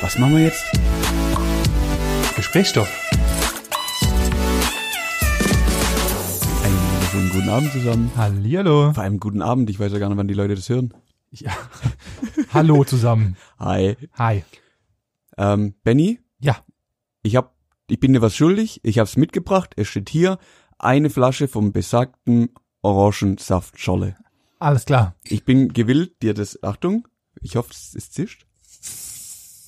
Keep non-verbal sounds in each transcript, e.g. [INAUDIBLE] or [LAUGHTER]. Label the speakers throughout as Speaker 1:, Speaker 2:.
Speaker 1: Was machen wir jetzt?
Speaker 2: Gesprächsstoff.
Speaker 1: Einen wunderschönen guten Abend zusammen.
Speaker 2: Hallihallo.
Speaker 1: Vor allem guten Abend. Ich weiß ja gar nicht, wann die Leute das hören.
Speaker 2: Ja. Hallo zusammen.
Speaker 1: Hi.
Speaker 2: Hi.
Speaker 1: Ähm, Benny?
Speaker 2: Ja.
Speaker 1: Ich hab, ich bin dir was schuldig. Ich hab's mitgebracht. Es steht hier eine Flasche vom besagten Orangensaftscholle.
Speaker 2: Alles klar. [LAUGHS]
Speaker 1: Ich bin gewillt, dir das, Achtung, ich hoffe, es es zischt.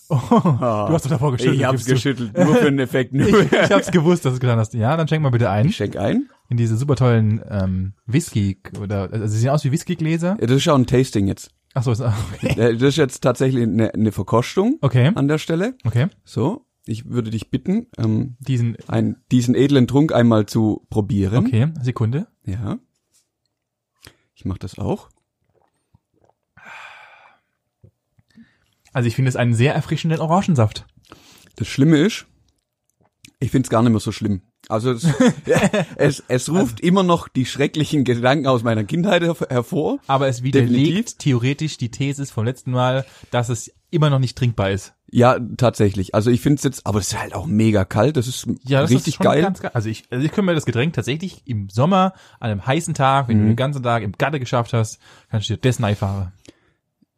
Speaker 2: Oh,
Speaker 1: Ah.
Speaker 2: du hast doch davor geschüttelt.
Speaker 1: Ich hab's
Speaker 2: Oh, gibst du.
Speaker 1: geschüttelt, nur für den Effekt.
Speaker 2: [LAUGHS]
Speaker 1: Nur.
Speaker 2: Ich, ich hab's gewusst, dass du es getan hast. Ja, dann schenk mal bitte ein.
Speaker 1: Ich schenk ein.
Speaker 2: In diese super tollen ähm, Whisky oder also sie sehen aus wie Whiskygläser.
Speaker 1: Das ist ja auch ein Tasting jetzt.
Speaker 2: Achso, ist okay.
Speaker 1: Äh, Das ist jetzt tatsächlich eine, eine Verkostung
Speaker 2: Okay.
Speaker 1: an der Stelle.
Speaker 2: Okay.
Speaker 1: So, ich würde dich bitten, ähm,
Speaker 2: Diesen
Speaker 1: ein, diesen edlen Trunk einmal zu probieren.
Speaker 2: Okay, Sekunde.
Speaker 1: Ja. Ich mache das auch.
Speaker 2: Also ich finde es einen sehr erfrischenden Orangensaft.
Speaker 1: Das Schlimme ist, ich find's gar nicht mehr so schlimm. Also
Speaker 2: [LAUGHS]
Speaker 1: es, es, es ruft
Speaker 2: Also
Speaker 1: immer noch die schrecklichen Gedanken aus meiner Kindheit herv- hervor.
Speaker 2: Aber es widerlegt
Speaker 1: Definitiv.
Speaker 2: theoretisch die These vom letzten Mal, dass es immer noch nicht trinkbar ist.
Speaker 1: Ja, tatsächlich. Also ich find's jetzt, aber es ist halt auch mega kalt. Das ist
Speaker 2: Ja, das
Speaker 1: richtig
Speaker 2: ist schon
Speaker 1: geil.
Speaker 2: Ganz, geil. also ich, also ich könnte mir das Getränk tatsächlich im Sommer an einem heißen Tag,
Speaker 1: Mhm.
Speaker 2: wenn du den ganzen Tag im Gatte geschafft hast, kannst du dir das fahren.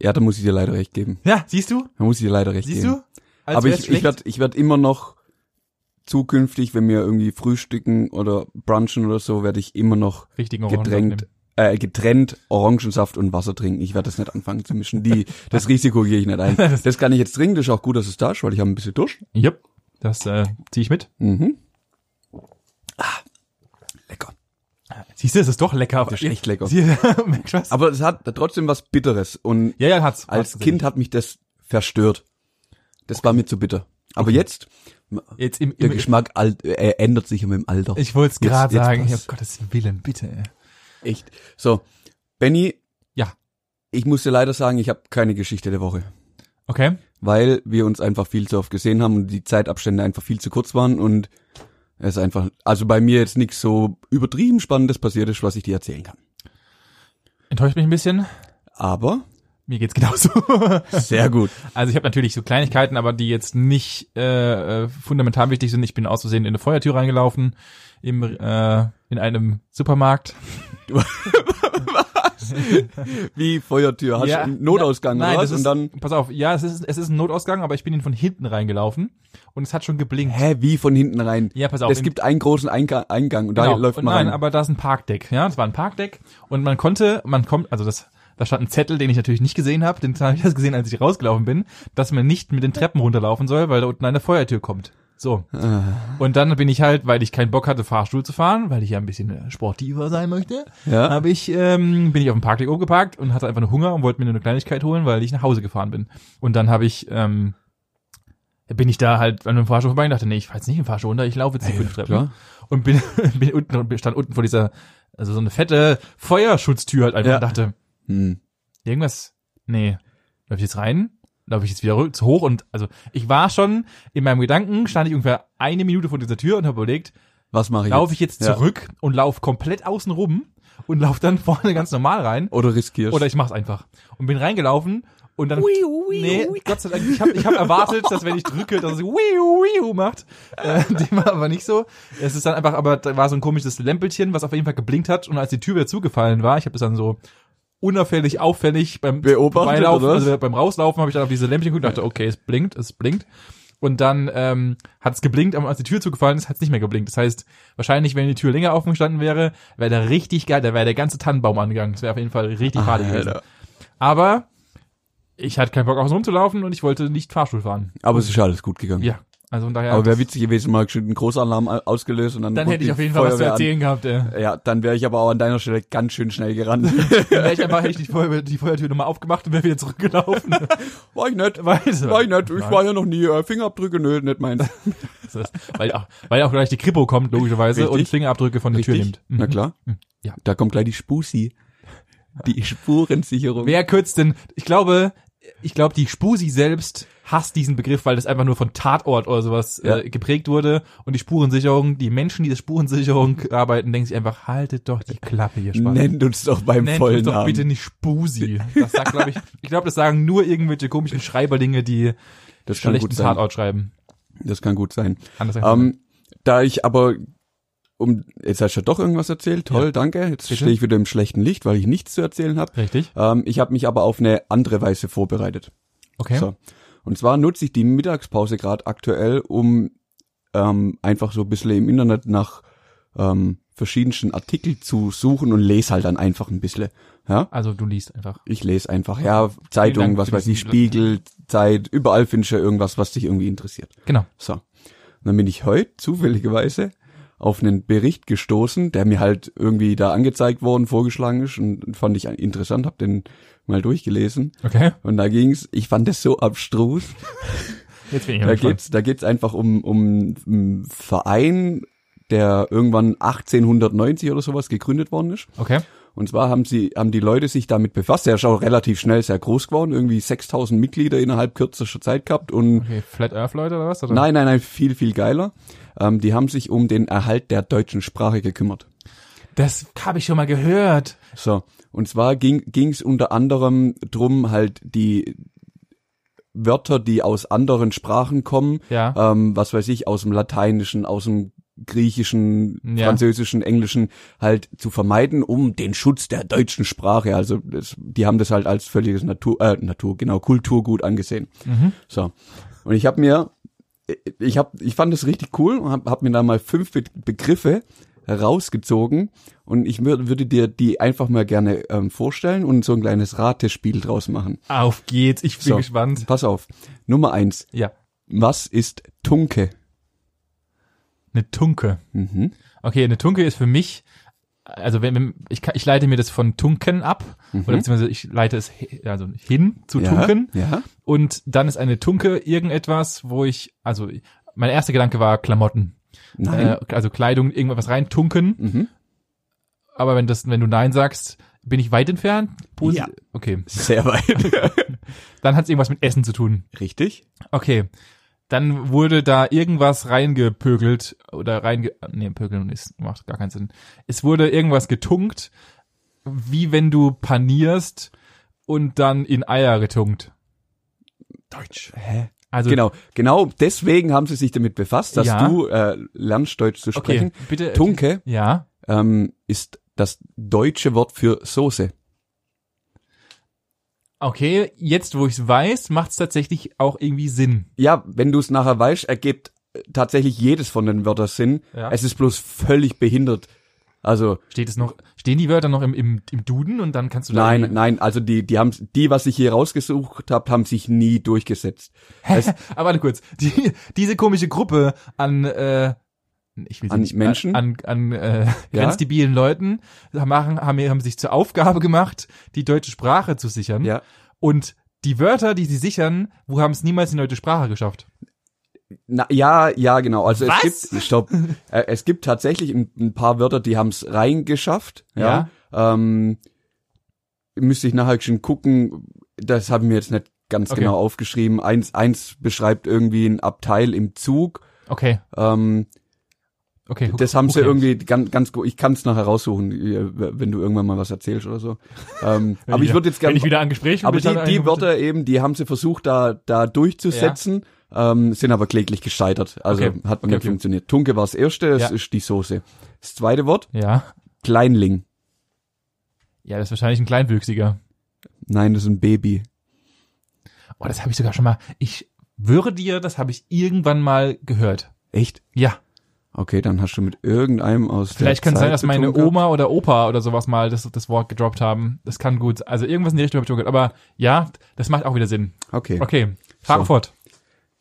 Speaker 1: ja, da muss ich dir leider recht geben.
Speaker 2: Ja, siehst du?
Speaker 1: Da muss ich dir leider recht
Speaker 2: Siehst
Speaker 1: geben.
Speaker 2: du? Als
Speaker 1: aber
Speaker 2: wär's
Speaker 1: ich, ich
Speaker 2: schlecht.
Speaker 1: werde ich werd immer noch zukünftig, wenn wir irgendwie frühstücken oder brunchen oder so, werde ich immer noch
Speaker 2: richtigen Orangensaft
Speaker 1: gedrängt,
Speaker 2: nehmen.
Speaker 1: äh, getrennt Orangensaft und Wasser trinken. Ich werde das nicht anfangen zu mischen.
Speaker 2: [LAUGHS]
Speaker 1: Die, das Risiko gehe ich nicht ein. Das kann ich jetzt trinken. Das ist auch gut, dass es da ist, weil ich habe ein bisschen Durst.
Speaker 2: Jupp. Das äh, ziehe ich mit.
Speaker 1: Mhm. Ah, lecker.
Speaker 2: Siehst du, es ist doch lecker.
Speaker 1: Das ist echt lecker.
Speaker 2: Sie, merkst du [LAUGHS] was?
Speaker 1: Aber es hat trotzdem was Bitteres. Und
Speaker 2: ja, ja, hat's.
Speaker 1: als
Speaker 2: hat's
Speaker 1: Kind hat mich das verstört. Das war mir zu bitter. Aber jetzt,
Speaker 2: tatsächlich. Jetzt im,
Speaker 1: der
Speaker 2: im
Speaker 1: Geschmack alt, äh, ändert sich mit dem Alter.
Speaker 2: Ich wollte es
Speaker 1: Jetzt-
Speaker 2: gerade
Speaker 1: jetzt
Speaker 2: sagen. Ja,
Speaker 1: passt.
Speaker 2: um Gottes Willen, bitte. ey.
Speaker 1: Echt. So, Benny.
Speaker 2: Ja.
Speaker 1: Ich muss dir leider sagen, ich habe keine Geschichte der Woche.
Speaker 2: Okay.
Speaker 1: weil wir uns einfach viel zu oft gesehen haben und die Zeitabstände einfach viel zu kurz waren und es einfach, also bei mir jetzt nichts so übertrieben Spannendes passiert ist, was ich dir erzählen kann.
Speaker 2: Enttäuscht mich ein bisschen.
Speaker 1: Aber
Speaker 2: Mir geht's genauso. [LAUGHS]
Speaker 1: sehr gut.
Speaker 2: Also ich habe natürlich so Kleinigkeiten, aber die jetzt nicht äh, äh, fundamental wichtig sind. Ich bin aus Versehen in eine Feuertür reingelaufen im äh, in einem Supermarkt.
Speaker 1: Wie Feuertür, hast du
Speaker 2: Ja.
Speaker 1: einen Notausgang
Speaker 2: Nein,
Speaker 1: oder
Speaker 2: das
Speaker 1: was?
Speaker 2: ist,
Speaker 1: Und dann,
Speaker 2: pass auf, ja, es ist es ist ein Notausgang, aber ich bin ihn von hinten reingelaufen und es hat schon geblinkt.
Speaker 1: hä, wie von hinten rein?
Speaker 2: Ja, pass auf.
Speaker 1: es
Speaker 2: in-
Speaker 1: gibt einen großen Einga Eingang und da
Speaker 2: genau.
Speaker 1: läuft
Speaker 2: Und
Speaker 1: man
Speaker 2: Nein,
Speaker 1: rein.
Speaker 2: aber da ist ein Parkdeck, ja, es war ein Parkdeck und man konnte, man kommt, also das da stand ein Zettel, den ich natürlich nicht gesehen habe, den habe ich erst gesehen, als ich rausgelaufen bin, dass man nicht mit den Treppen runterlaufen soll, weil da unten eine Feuertür kommt. So.
Speaker 1: Ah.
Speaker 2: Und dann bin ich halt, weil ich keinen Bock hatte, Fahrstuhl zu fahren, weil ich ja ein bisschen äh, sportiver sein möchte,
Speaker 1: Ja.
Speaker 2: habe ich, ähm, bin ich auf dem Parkdeck oben geparkt und hatte einfach nur Hunger und wollte mir nur eine Kleinigkeit holen, weil ich nach Hause gefahren bin. Und dann habe ich, ähm, bin ich da halt an dem Fahrstuhl vorbei und dachte, nee, ich fahr jetzt nicht in den Fahrstuhl runter, ich laufe jetzt die fünf Treppen.
Speaker 1: klar.
Speaker 2: Und bin, [LAUGHS] bin unten, stand unten vor dieser, also so eine fette Feuerschutztür halt einfach
Speaker 1: Ja.
Speaker 2: und dachte,
Speaker 1: hm.
Speaker 2: irgendwas, nee, läuft jetzt rein? Laufe ich jetzt wieder rück- hoch und also ich war schon in meinem Gedanken, stand ich ungefähr eine Minute vor dieser Tür und habe überlegt,
Speaker 1: Was mache ich jetzt?
Speaker 2: laufe ich jetzt
Speaker 1: Ja.
Speaker 2: zurück und laufe komplett außen rum und laufe dann [LAUGHS] vorne ganz normal rein
Speaker 1: Oder riskierst?
Speaker 2: oder ich mach's einfach und bin reingelaufen und dann nee, Gott sei Dank, ich habe ich hab erwartet, dass wenn ich drücke, dass es wiu, wiu macht. Äh, dem war aber nicht so. Es ist dann einfach, aber da war so ein komisches Lämpelchen, was auf jeden Fall geblinkt hat. Und als die Tür wieder zugefallen war, ich habe das dann so unauffällig, auffällig beim
Speaker 1: Beobachtet,
Speaker 2: Beilaufen,
Speaker 1: oder was?
Speaker 2: also beim Rauslaufen habe ich dann auf diese Lämpchen geguckt und dachte, okay, es blinkt, es blinkt. Und dann ähm, hat es geblinkt, aber als die Tür zugefallen ist, hat es nicht mehr geblinkt. Das heißt, wahrscheinlich, wenn die Tür länger offen gestanden wäre, wäre da richtig geil, da wäre der ganze Tannenbaum angegangen. Das wäre auf jeden Fall richtig Party gewesen.
Speaker 1: Alter.
Speaker 2: Aber ich hatte keinen Bock, außen rumzulaufen und ich wollte nicht Fahrstuhl fahren.
Speaker 1: Aber es ist alles gut gegangen.
Speaker 2: Ja, also von daher.
Speaker 1: Aber wäre witzig gewesen, mal geschwind einen Großalarm au- ausgelöst und dann
Speaker 2: dann
Speaker 1: holt
Speaker 2: hätte
Speaker 1: die
Speaker 2: ich auf jeden Fall was zu
Speaker 1: Feuerwehr an.
Speaker 2: erzählen gehabt.
Speaker 1: [LAUGHS]
Speaker 2: Äh.
Speaker 1: Ja, dann wäre ich aber auch an deiner Stelle ganz schön schnell
Speaker 2: [LAUGHS]
Speaker 1: gerannt.
Speaker 2: Dann wäre ich einfach hätte ich die, Feuerwehr, die Feuertür nochmal aufgemacht und wäre
Speaker 1: [LAUGHS]
Speaker 2: wieder zurückgelaufen.
Speaker 1: War ich nett.
Speaker 2: Weißt du?
Speaker 1: War ich nett. Ich war ja noch nie. Äh, Fingerabdrücke, nö, nicht
Speaker 2: [LAUGHS]
Speaker 1: meins.
Speaker 2: Das ist, weil, auch, weil auch gleich die Kripo kommt, logischerweise,
Speaker 1: Richtig.
Speaker 2: und Fingerabdrücke von der Tür nimmt. Mhm.
Speaker 1: Na klar.
Speaker 2: Ja.
Speaker 1: Da kommt gleich die Spusi. Die Spurensicherung.
Speaker 2: Wer kürzt denn? Ich glaube, ich glaube, die Spusi selbst hasse diesen Begriff, weil das einfach nur von Tatort oder sowas
Speaker 1: Ja.
Speaker 2: äh, geprägt wurde. Und die Spurensicherung, die Menschen, die der Spurensicherung arbeiten, denken sich einfach, haltet doch die Klappe hier, Spaß.
Speaker 1: Nennt uns doch beim
Speaker 2: Nennt
Speaker 1: vollen
Speaker 2: uns doch
Speaker 1: Namen.
Speaker 2: bitte nicht Spusi. Das sagt, glaube ich, ich glaube, das sagen nur irgendwelche komischen Schreiberlinge, die
Speaker 1: Das kann
Speaker 2: schlechten
Speaker 1: gut sein.
Speaker 2: Tatort schreiben.
Speaker 1: Das kann gut sein.
Speaker 2: Anders um,
Speaker 1: Ähm, da ich aber um jetzt hast du ja doch irgendwas erzählt, toll,
Speaker 2: Ja.
Speaker 1: danke. Jetzt
Speaker 2: Bitte.
Speaker 1: stehe ich wieder im schlechten Licht, weil ich nichts zu erzählen habe.
Speaker 2: Richtig.
Speaker 1: Ähm, ich habe mich aber auf eine andere Weise vorbereitet.
Speaker 2: Okay.
Speaker 1: So. Und zwar nutze ich die Mittagspause gerade aktuell, um ähm, einfach so ein bisschen im Internet nach ähm, verschiedensten Artikel zu suchen und lese halt dann einfach ein bisschen. Ja?
Speaker 2: Also du liest einfach.
Speaker 1: Ich lese einfach, ja, Zeitung,
Speaker 2: Dank
Speaker 1: was
Speaker 2: für
Speaker 1: weiß ich,
Speaker 2: diesen-
Speaker 1: Spiegel, Zeit, überall findest du irgendwas, was dich irgendwie interessiert.
Speaker 2: Genau.
Speaker 1: So. Und dann bin ich heute zufälligerweise auf einen Bericht gestoßen, der mir halt irgendwie da angezeigt worden, vorgeschlagen ist und fand ich interessant, hab den mal durchgelesen.
Speaker 2: Okay.
Speaker 1: Und da ging's, ich fand es so abstrus.
Speaker 2: Jetzt bin ich
Speaker 1: Da
Speaker 2: mal gespannt.
Speaker 1: geht's, da geht's einfach um, um einen Verein, der irgendwann 1890 oder sowas gegründet worden ist.
Speaker 2: Okay.
Speaker 1: Und zwar haben sie, haben die Leute sich damit befasst. Der ist auch relativ schnell sehr groß geworden, irgendwie 6000 Mitglieder innerhalb kürzester Zeit gehabt und
Speaker 2: Okay. Flat Earth Leute oder was? Oder?
Speaker 1: Nein, nein, nein, viel, viel geiler. Ähm, die haben sich um den Erhalt der deutschen Sprache gekümmert.
Speaker 2: Das habe ich schon mal gehört.
Speaker 1: So, und zwar ging es unter anderem drum, halt die Wörter, die aus anderen Sprachen kommen,
Speaker 2: Ja.
Speaker 1: ähm, was weiß ich, aus dem Lateinischen, aus dem Griechischen,
Speaker 2: Ja.
Speaker 1: Französischen, Englischen halt zu vermeiden, um den Schutz der deutschen Sprache. Also das, die haben das halt als völliges Natur, äh, Natur, genau Kulturgut angesehen.
Speaker 2: Mhm.
Speaker 1: So. Und ich habe mir, ich hab, ich fand das richtig cool und habe hab mir da mal fünf Be Begriffe herausgezogen und ich wür würde dir die einfach mal gerne ähm, vorstellen und so ein kleines Ratespiel draus machen.
Speaker 2: Auf geht's. Ich bin
Speaker 1: So.
Speaker 2: gespannt.
Speaker 1: Pass auf. Nummer eins.
Speaker 2: Ja.
Speaker 1: Was ist Tunke?
Speaker 2: Eine Tunke.
Speaker 1: Mhm.
Speaker 2: Okay, eine Tunke ist für mich, also wenn, wenn ich, kann- ich leite mir das von Tunken ab, oder beziehungsweise ich leite es hi- also hin zu
Speaker 1: Mhm. ja,
Speaker 2: Tunken
Speaker 1: Ja.
Speaker 2: und dann ist eine Tunke irgendetwas, wo ich, also mein erster Gedanke war Klamotten,
Speaker 1: Nein.
Speaker 2: Äh, also Kleidung, irgendwas rein tunken,
Speaker 1: Mhm.
Speaker 2: aber wenn das, wenn du Nein sagst, bin ich weit entfernt? Posi-
Speaker 1: Ja.
Speaker 2: Okay,
Speaker 1: Sehr weit.
Speaker 2: dann hat es irgendwas mit Essen zu tun.
Speaker 1: [LAUGHS] Richtig?
Speaker 2: Okay. Dann wurde da irgendwas reingepökelt oder reinge... Nee, pökeln ist, macht gar keinen Sinn. Es wurde irgendwas getunkt, wie wenn du panierst und dann in Eier getunkt.
Speaker 1: Deutsch. Hä?
Speaker 2: Also,
Speaker 1: Genau, genau deswegen haben sie sich damit befasst, dass
Speaker 2: Ja.
Speaker 1: du äh, lernst, Deutsch zu
Speaker 2: okay, Äh,
Speaker 1: sprechen.
Speaker 2: bitte...
Speaker 1: Tunke
Speaker 2: Ja,
Speaker 1: ähm, ist das deutsche Wort für Soße.
Speaker 2: okay, jetzt wo ich es weiß, macht es tatsächlich auch irgendwie Sinn.
Speaker 1: Ja, wenn du es nachher weißt, ergibt äh, tatsächlich jedes von den Wörtern Sinn.
Speaker 2: Ja.
Speaker 1: Es ist bloß völlig behindert. Also
Speaker 2: Steht es noch, stehen die Wörter noch im, im, im Duden und dann kannst du da
Speaker 1: nein,
Speaker 2: irgendwie-
Speaker 1: nein, also die, die haben, die, was ich hier rausgesucht habe, haben sich nie durchgesetzt. Es,
Speaker 2: Aber Ah, warte kurz, die, diese komische Gruppe an, äh, ich will sie
Speaker 1: An
Speaker 2: nicht,
Speaker 1: Menschen?
Speaker 2: an, an äh,
Speaker 1: Ja?
Speaker 2: grenzdebilen Leuten machen, haben, haben sich zur Aufgabe gemacht, die deutsche Sprache zu sichern.
Speaker 1: ja,
Speaker 2: Und die Wörter, die sie sichern, wo haben es niemals die deutsche Sprache geschafft?
Speaker 1: na, ja, ja, genau. Also es
Speaker 2: Was?
Speaker 1: gibt, stopp, äh, es gibt tatsächlich ein, ein paar Wörter, die haben's reingeschafft. Ja. Ähm, müsste ich nachher schon gucken. Das haben wir jetzt nicht ganz
Speaker 2: Okay.
Speaker 1: genau aufgeschrieben. Eins, eins beschreibt irgendwie ein Abteil im Zug.
Speaker 2: Okay,
Speaker 1: Ähm,
Speaker 2: okay.
Speaker 1: Das haben sie
Speaker 2: okay.
Speaker 1: irgendwie ganz, ganz gut. Ich kann es nachher raussuchen, äh, wenn du irgendwann mal was erzählst oder so. Ähm,
Speaker 2: [LAUGHS] Wenn
Speaker 1: aber ich
Speaker 2: wieder-
Speaker 1: würde jetzt
Speaker 2: Wenn
Speaker 1: gerne.
Speaker 2: ich wieder an Gesprächen
Speaker 1: Aber die, die Wörter eben, die haben sie versucht, da, da durchzusetzen, ähm, sind aber kläglich gescheitert. Also
Speaker 2: Okay.
Speaker 1: hat
Speaker 2: Okay,
Speaker 1: nicht
Speaker 2: okay.
Speaker 1: funktioniert. Tunke war das erste, es
Speaker 2: Ja.
Speaker 1: ist die Soße. Das zweite Wort,
Speaker 2: Ja.
Speaker 1: Kleinling.
Speaker 2: Ja, das ist wahrscheinlich ein Kleinwüchsiger.
Speaker 1: Nein, das ist ein Baby.
Speaker 2: Oh, das habe ich sogar schon mal. Ich würde dir, das habe ich irgendwann mal gehört.
Speaker 1: Echt?
Speaker 2: Ja.
Speaker 1: Okay, dann hast du mit irgendeinem aus
Speaker 2: Vielleicht
Speaker 1: der
Speaker 2: kann es
Speaker 1: Zeit
Speaker 2: sein, dass
Speaker 1: zu
Speaker 2: meine
Speaker 1: tun gehabt.
Speaker 2: Oma oder Opa oder sowas mal das, das Wort gedroppt haben. Das kann gut. Also irgendwas in die Richtung habe ich schon gehört. Aber ja, das macht auch wieder Sinn.
Speaker 1: Okay.
Speaker 2: Okay, fahr
Speaker 1: So.
Speaker 2: fort.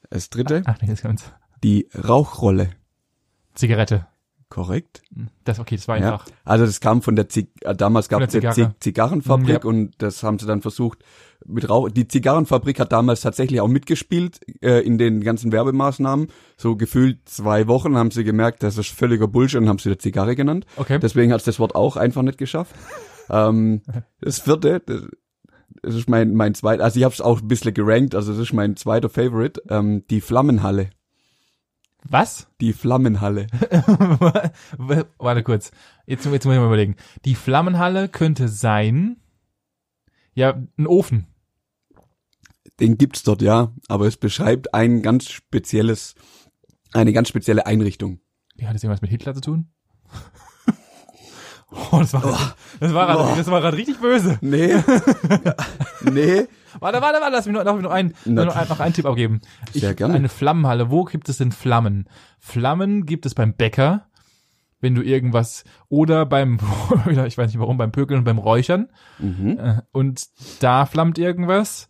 Speaker 1: Das dritte,
Speaker 2: Ach nee, das ganz.
Speaker 1: die Rauchrolle.
Speaker 2: Zigarette.
Speaker 1: Korrekt?
Speaker 2: Das okay, das war
Speaker 1: Ja.
Speaker 2: einfach.
Speaker 1: Also das kam von der Zig äh, damals gab
Speaker 2: der
Speaker 1: es eine
Speaker 2: Zigarre.
Speaker 1: Zig Zigarrenfabrik
Speaker 2: Mm, ja.
Speaker 1: und das haben sie dann versucht mit Rauch. Die Zigarrenfabrik hat damals tatsächlich auch mitgespielt äh, in den ganzen Werbemaßnahmen. So gefühlt zwei Wochen haben sie gemerkt, das ist völliger Bullshit und haben sie der Zigarre genannt.
Speaker 2: Okay. [LAUGHS]
Speaker 1: Deswegen hat es das Wort auch einfach nicht geschafft. ähm, das vierte, das, das ist mein, mein zweiter, also ich habe es auch ein bisschen gerankt, also das ist mein zweiter Favorite, ähm, die Flammenhalle.
Speaker 2: Was? [LAUGHS]
Speaker 1: Die Flammenhalle.
Speaker 2: Warte kurz. Jetzt, jetzt muss ich mal überlegen. Die Flammenhalle könnte sein. Ja, ein Ofen.
Speaker 1: Den gibt's dort, ja, aber es beschreibt ein ganz spezielles, eine ganz spezielle Einrichtung.
Speaker 2: Ja, hat das irgendwas mit Hitler zu tun? [LAUGHS] Oh, das war, das war, grad-
Speaker 1: Boah.
Speaker 2: das war grad richtig böse.
Speaker 1: Nee. [LAUGHS] nee.
Speaker 2: Warte, warte, warte, lass mich noch, lass mich noch, einen,
Speaker 1: Na,
Speaker 2: noch, einen- noch einen Tipp abgeben.
Speaker 1: Sehr gerne.
Speaker 2: Eine Flammenhalle. Wo gibt es denn Flammen? Flammen gibt es beim Bäcker, wenn du irgendwas, oder beim, [LAUGHS] oder ich weiß nicht warum, beim Pökeln und beim Räuchern.
Speaker 1: Mhm.
Speaker 2: Äh, Und da flammt irgendwas.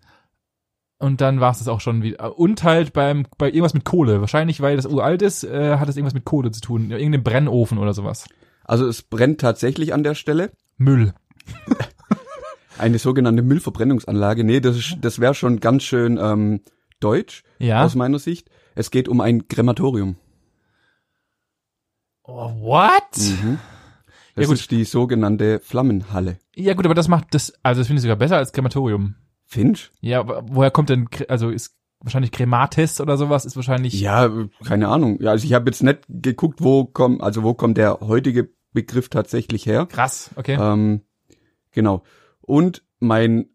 Speaker 2: Und dann war es das auch schon wieder. Und halt beim, bei irgendwas mit Kohle. Wahrscheinlich, weil das uralt ist, äh, hat es irgendwas mit Kohle zu tun. Irgendein Brennofen oder sowas.
Speaker 1: Also es brennt tatsächlich an der Stelle.
Speaker 2: Müll.
Speaker 1: Eine sogenannte Müllverbrennungsanlage. Nee, das, ist, das wäre schon ganz schön ähm, deutsch
Speaker 2: Ja.
Speaker 1: aus meiner Sicht. Es geht um ein Krematorium.
Speaker 2: Oh, what?
Speaker 1: Mhm. Das
Speaker 2: Ja, gut.
Speaker 1: ist die sogenannte Flammenhalle.
Speaker 2: Ja gut, aber das macht das, also das finde ich sogar besser als Krematorium.
Speaker 1: Finch?
Speaker 2: Ja, aber woher kommt denn, Kre- also ist wahrscheinlich Kremates oder sowas, ist wahrscheinlich,
Speaker 1: Ja, keine Ahnung. Ja, also ich habe jetzt nicht geguckt, wo kommt, also wo kommt der heutige Begriff tatsächlich her.
Speaker 2: krass, okay.
Speaker 1: Ähm, genau. Und mein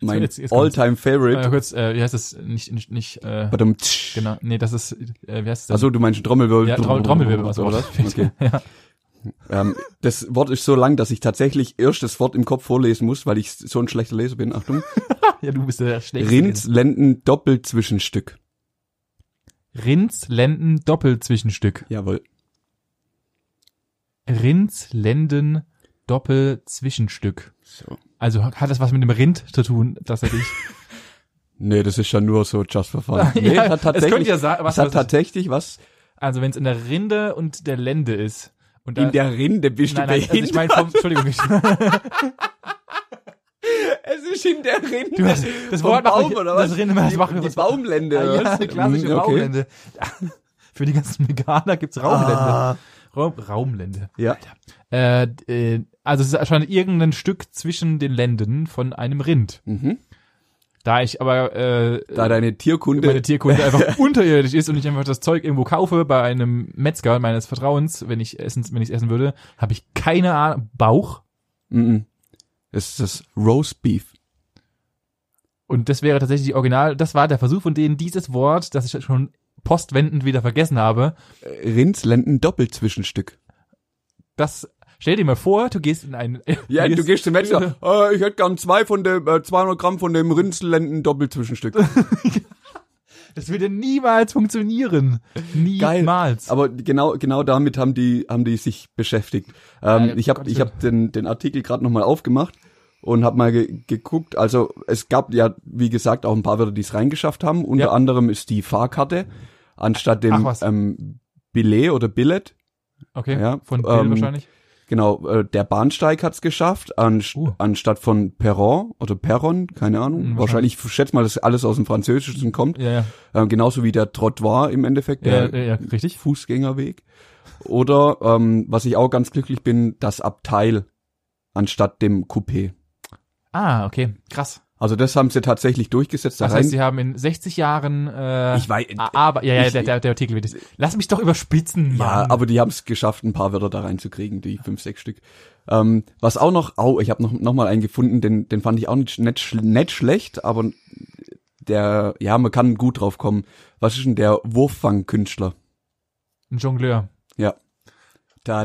Speaker 1: mein
Speaker 2: Jetzt- jetzt kommt's.
Speaker 1: All-Time Favorite.
Speaker 2: äh, kurz, äh, wie heißt das, nicht, nicht, nicht äh,
Speaker 1: Badum,
Speaker 2: genau, nee, das ist, äh, wie heißt das denn?
Speaker 1: Also du meinst Trommelwirbel?
Speaker 2: ja, Trommel, Trommelwirbel, was war das?
Speaker 1: [LAUGHS]
Speaker 2: [LAUGHS]
Speaker 1: Okay.
Speaker 2: ja.
Speaker 1: ähm, das Wort ist so lang, dass ich tatsächlich erst das Wort im Kopf vorlesen muss, weil ich so ein schlechter Leser bin.
Speaker 2: [LAUGHS]
Speaker 1: Achtung.
Speaker 2: ja, du bist der schlechteste.
Speaker 1: Rindslenden Doppelzwischenstück.
Speaker 2: Rindslenden Doppelzwischenstück.
Speaker 1: Jawohl.
Speaker 2: Rindslenden Doppelzwischenstück.
Speaker 1: So.
Speaker 2: Also hat das was mit dem Rind zu tun, tatsächlich?
Speaker 1: Nee, das ist ja nur so just for
Speaker 2: [LAUGHS]
Speaker 1: fun. [LAUGHS] Nee,
Speaker 2: Ja,
Speaker 1: es hat
Speaker 2: es könnte
Speaker 1: tatsächlich,
Speaker 2: ja sein, was-
Speaker 1: es hat
Speaker 2: was-
Speaker 1: tatsächlich was
Speaker 2: also wenn es in der Rinde und der Lende ist. Und da,
Speaker 1: in der Rinde bist
Speaker 2: nein,
Speaker 1: du
Speaker 2: nein, also ich meine vom, Entschuldigung, ich,
Speaker 1: es ist in der Rinde.
Speaker 2: Du hast, das
Speaker 1: Vom
Speaker 2: Wort macht
Speaker 1: Baum
Speaker 2: mich-
Speaker 1: oder
Speaker 2: das
Speaker 1: was?
Speaker 2: Rinde- das macht
Speaker 1: die,
Speaker 2: mich
Speaker 1: die
Speaker 2: was-
Speaker 1: Baumlände.
Speaker 2: Ah,
Speaker 1: oder
Speaker 2: ja,
Speaker 1: was?
Speaker 2: eine klassische
Speaker 1: Mm, okay.
Speaker 2: Baumlände. [LAUGHS] Für die ganzen Veganer gibt's Raumlände.
Speaker 1: Ah.
Speaker 2: Raum, Raumlände.
Speaker 1: Ja.
Speaker 2: Äh, äh, also es ist anscheinend irgendein Stück zwischen den Länden von einem Rind.
Speaker 1: Mhm.
Speaker 2: Da ich aber äh,
Speaker 1: Da deine Tierkunde
Speaker 2: meine Tierkunde
Speaker 1: [LAUGHS]
Speaker 2: einfach unterirdisch ist und ich einfach das Zeug irgendwo kaufe bei einem Metzger meines Vertrauens, wenn ich essen, wenn ich essen würde, habe ich keine Ahnung. Bauch.
Speaker 1: Mhm. Es ist das Roastbeef.
Speaker 2: Und das wäre tatsächlich die Original. Das war der Versuch von denen, dieses Wort, das ich schon postwendend wieder vergessen habe,
Speaker 1: Rindslenden Doppelzwischenstück.
Speaker 2: das stell dir mal vor, du gehst in [LAUGHS] einen
Speaker 1: Ja, du gehst zum
Speaker 2: [LAUGHS]
Speaker 1: Metzger. Äh, ich hätte gern zwei von dem, äh, 200 Gramm von dem Rindslenden Doppelzwischenstück.
Speaker 2: das würde niemals funktionieren. Niemals.
Speaker 1: Aber genau, genau damit haben die, haben die sich beschäftigt. Ähm,
Speaker 2: Ah, Ja,
Speaker 1: ich habe,
Speaker 2: Gottes
Speaker 1: ich habe den, den Artikel gerade nochmal aufgemacht und habe mal ge geguckt. Also es gab ja, wie gesagt, auch ein paar Wörter, die es reingeschafft haben. Unter
Speaker 2: Ja.
Speaker 1: anderem ist die Fahrkarte anstatt
Speaker 2: Ach
Speaker 1: dem
Speaker 2: was.
Speaker 1: ähm, Billet oder Billet.
Speaker 2: Okay,
Speaker 1: ja,
Speaker 2: von Bill
Speaker 1: ähm,
Speaker 2: wahrscheinlich.
Speaker 1: Genau, äh, der Bahnsteig hat's geschafft, anst
Speaker 2: Uh.
Speaker 1: anstatt von Perron oder Perron, keine Ahnung.
Speaker 2: Mhm,
Speaker 1: wahrscheinlich, ich schätze mal, dass alles aus dem Französischen kommt.
Speaker 2: Ja, ja,
Speaker 1: Ähm, genauso wie der Trottoir im Endeffekt,
Speaker 2: ja,
Speaker 1: der
Speaker 2: ja, ja, richtig.
Speaker 1: Fußgängerweg. Oder, ähm, was ich auch ganz glücklich bin, das Abteil anstatt dem Coupé.
Speaker 2: Ah, okay, krass.
Speaker 1: Also das haben sie tatsächlich durchgesetzt. Da
Speaker 2: Das
Speaker 1: rein-
Speaker 2: heißt, sie haben in 60 Jahren äh,
Speaker 1: ich weiß,
Speaker 2: a- aber ja, ja,
Speaker 1: ich-
Speaker 2: der, der, der Artikel wird es. Lass mich doch überspitzen,
Speaker 1: Ja,
Speaker 2: Mann.
Speaker 1: aber die haben es geschafft, ein paar Wörter da reinzukriegen, die fünf, sechs Stück. Ähm, was auch noch, au, ich habe noch, noch mal einen gefunden, den, den fand ich auch nicht, nicht, schl- nicht schlecht, aber der, ja, man kann gut drauf kommen. Was ist denn der Wurffangkünstler?
Speaker 2: ein Jongleur. Was?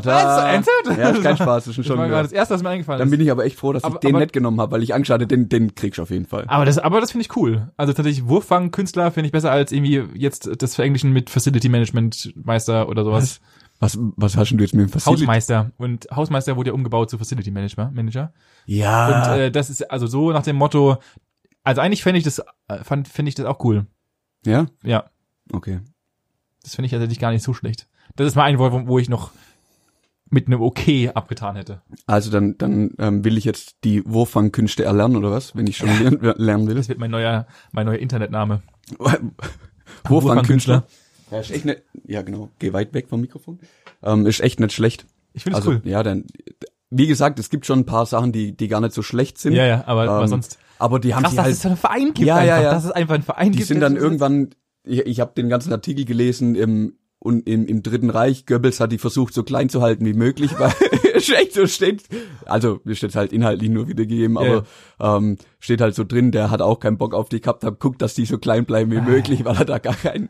Speaker 1: Tada!
Speaker 2: Ernsthaft?
Speaker 1: Ja, ist kein Spaß, ist ein
Speaker 2: Das war gerade
Speaker 1: schon.
Speaker 2: das erste, was mir eingefallen
Speaker 1: Dann
Speaker 2: ist.
Speaker 1: bin ich aber echt froh, dass
Speaker 2: Aber-
Speaker 1: ich den
Speaker 2: aber-
Speaker 1: nicht genommen habe, weil ich Angst hatte, den, den kriegst du auf jeden Fall.
Speaker 2: Aber das, aber das finde ich cool. Also tatsächlich Wurffang-Künstler finde ich besser als irgendwie jetzt das Verenglischen mit Facility Management Meister oder sowas.
Speaker 1: Was, was hast denn du jetzt mit dem Facility?
Speaker 2: Hausmeister. Und Hausmeister wurde ja umgebaut zu Facility Manager. Manager.
Speaker 1: Ja.
Speaker 2: Und äh, das ist also so nach dem Motto, also eigentlich fände ich das, äh, fand, finde ich das auch cool.
Speaker 1: ja?
Speaker 2: Ja,
Speaker 1: Okay.
Speaker 2: das finde ich tatsächlich gar nicht so schlecht. Das ist mal ein Wort, wo- wo ich noch mit einem Okay abgetan hätte.
Speaker 1: Also dann, dann ähm, will ich jetzt die Wurffangkünste erlernen, oder was? Wenn ich schon lernen, lernen will.
Speaker 2: Das wird mein neuer, mein neuer Internetname.
Speaker 1: [LAUGHS] Wurfmann-Künstler. Ja, ist echt ne, ja, genau. Geh weit weg vom Mikrofon. Ähm, ist echt nicht schlecht.
Speaker 2: Ich finde es
Speaker 1: Also,
Speaker 2: cool.
Speaker 1: ja, dann, wie gesagt, es gibt schon ein paar Sachen, die, die gar nicht so schlecht sind.
Speaker 2: Ja, ja, aber was
Speaker 1: Ähm,
Speaker 2: sonst?
Speaker 1: Aber die haben
Speaker 2: Krass,
Speaker 1: die
Speaker 2: dass
Speaker 1: halt,
Speaker 2: es so einen Verein gibt
Speaker 1: Ja, ja,
Speaker 2: einfach.
Speaker 1: ja.
Speaker 2: Dass es einfach einen Verein
Speaker 1: die
Speaker 2: gibt.
Speaker 1: sind
Speaker 2: der
Speaker 1: dann
Speaker 2: das-
Speaker 1: irgendwann, ich, ich habe den ganzen Artikel gelesen im und im, im Dritten Reich, Goebbels hat die versucht, so klein zu halten wie möglich, weil [LAUGHS] schlecht so steht, also mir steht halt inhaltlich nur wiedergegeben,
Speaker 2: Ja,
Speaker 1: aber ähm, steht halt so drin, der hat auch keinen Bock auf die gehabt, hat guckt, dass die so klein bleiben
Speaker 2: Ah.
Speaker 1: wie möglich, weil er da gar keinen,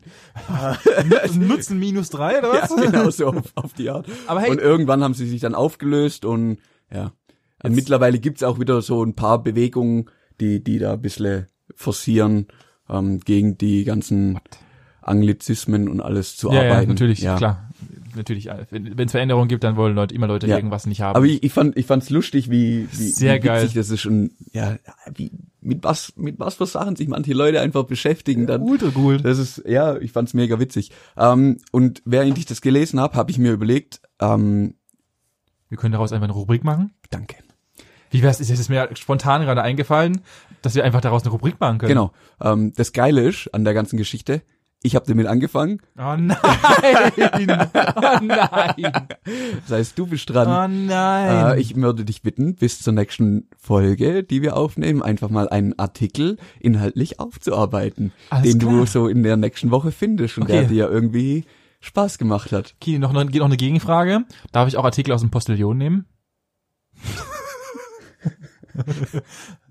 Speaker 2: Nutzen minus drei, oder
Speaker 1: ja,
Speaker 2: was?
Speaker 1: genau so auf, auf die Art.
Speaker 2: Aber hey-
Speaker 1: und irgendwann haben sie sich dann aufgelöst und ja, und mittlerweile gibt's auch wieder so ein paar Bewegungen, die, die da ein bisschen forcieren, ähm, gegen die ganzen Anglizismen und alles zu
Speaker 2: Ja, ja,
Speaker 1: arbeiten.
Speaker 2: natürlich,
Speaker 1: Ja.
Speaker 2: klar. Natürlich, äh, wenn wenn es Veränderungen gibt, dann wollen Leute immer Leute
Speaker 1: Ja.
Speaker 2: irgendwas nicht haben.
Speaker 1: Aber ich, ich fand ich fand's lustig, wie, wie,
Speaker 2: Sehr
Speaker 1: wie
Speaker 2: geil.
Speaker 1: witzig das ist und ja, wie, mit was mit was für Sachen sich manche Leute einfach beschäftigen dann.
Speaker 2: Ultra cool.
Speaker 1: Das ist ja, ich fand's mega witzig. Ähm, und während ich das gelesen habe, habe ich mir überlegt, ähm,
Speaker 2: Wir können daraus einfach eine Rubrik machen.
Speaker 1: danke.
Speaker 2: Wie wär's, ist es mir spontan gerade eingefallen, dass wir einfach daraus eine Rubrik machen können.
Speaker 1: Genau. Ähm, das Geile ist an der ganzen Geschichte, ich habe damit angefangen.
Speaker 2: Oh nein! [LAUGHS] Oh nein!
Speaker 1: Das heißt, du bist dran.
Speaker 2: Oh nein!
Speaker 1: Ähm, Äh, ich würde dich bitten, bis zur nächsten Folge, die wir aufnehmen, einfach mal einen Artikel inhaltlich aufzuarbeiten,
Speaker 2: Alles
Speaker 1: den du
Speaker 2: klar.
Speaker 1: so in der nächsten Woche findest und
Speaker 2: Okay.
Speaker 1: der dir irgendwie Spaß gemacht hat.
Speaker 2: okay, noch, noch, geht noch eine Gegenfrage. Darf ich auch Artikel aus dem Postillion nehmen?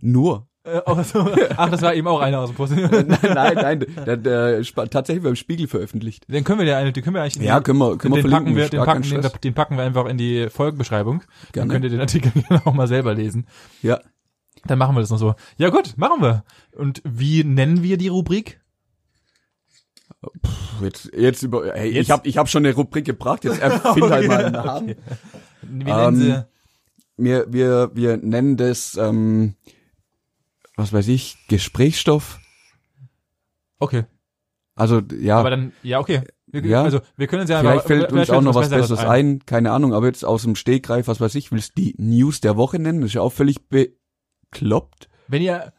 Speaker 1: Nur. [LAUGHS]
Speaker 2: Äh, auch so- Ach, das war eben auch einer aus dem Postillion.
Speaker 1: nein, nein, nein. Der, der, Spa- tatsächlich beim Spiegel veröffentlicht.
Speaker 2: Den können wir ja, den können wir eigentlich in
Speaker 1: Ja,
Speaker 2: die-
Speaker 1: können wir, können wir
Speaker 2: den
Speaker 1: verlinken.
Speaker 2: packen wir,
Speaker 1: ist
Speaker 2: den
Speaker 1: gar
Speaker 2: packen,
Speaker 1: kein
Speaker 2: den,
Speaker 1: Stress.
Speaker 2: den packen wir einfach in die Folgenbeschreibung. Dann
Speaker 1: Gerne.
Speaker 2: könnt ihr den Artikel [LAUGHS] gerne auch mal selber lesen.
Speaker 1: Ja.
Speaker 2: Dann machen wir das noch so. Ja gut, machen wir. Und wie nennen wir
Speaker 1: [LAUGHS]
Speaker 2: die Rubrik?
Speaker 1: Puh, Jetzt, jetzt über, hey,
Speaker 2: Jetzt-
Speaker 1: ich habe ich hab schon eine Rubrik gebracht,
Speaker 2: [LAUGHS]
Speaker 1: jetzt erfind halt mal einen Namen. Ähm,
Speaker 2: Wir nennen sie
Speaker 1: Wir, wir, wir nennen das, ähm, was weiß ich, Gesprächsstoff.
Speaker 2: Okay.
Speaker 1: Also, ja.
Speaker 2: Aber dann, ja, okay. Wir,
Speaker 1: Ja.
Speaker 2: Also wir können uns ja
Speaker 1: Vielleicht fällt uns auch noch was Besseres,
Speaker 2: ein.
Speaker 1: ein. keine Ahnung, aber jetzt aus dem Stegreif, was weiß ich, willst du die News der Woche nennen? Das ist ja auch völlig bekloppt.
Speaker 2: Wenn ihr.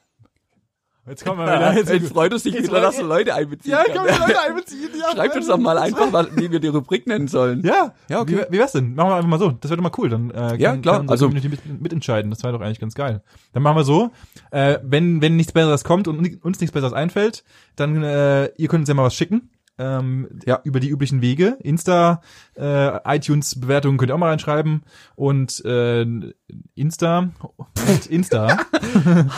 Speaker 2: Jetzt kommen wir wieder. Jetzt,
Speaker 1: freut es sich
Speaker 2: jetzt
Speaker 1: wieder,
Speaker 2: wollt
Speaker 1: dass
Speaker 2: ihr-
Speaker 1: du Leute einbeziehen
Speaker 2: ja,
Speaker 1: kann. [LAUGHS]
Speaker 2: können wir Leute einbeziehen. Ja,
Speaker 1: Schreibt uns doch mal einfach, was- wie wir die Rubrik nennen sollen.
Speaker 2: Ja,
Speaker 1: Ja, okay.
Speaker 2: Wie, wie wär's denn? Machen wir einfach mal so. Das wäre doch mal cool. Dann äh, kann,
Speaker 1: Ja, klar.
Speaker 2: kann
Speaker 1: Also-
Speaker 2: also Community mit, mitentscheiden. Das wäre doch eigentlich ganz geil. Dann machen wir so. Äh, wenn wenn nichts Besseres kommt und ni- uns nichts Besseres einfällt, dann äh, ihr könnt uns ja mal was schicken. Ähm,
Speaker 1: Ja.
Speaker 2: Über die üblichen Wege. Insta, äh, iTunes Bewertungen könnt ihr auch mal reinschreiben und äh,
Speaker 1: [LAUGHS]
Speaker 2: Insta, Insta.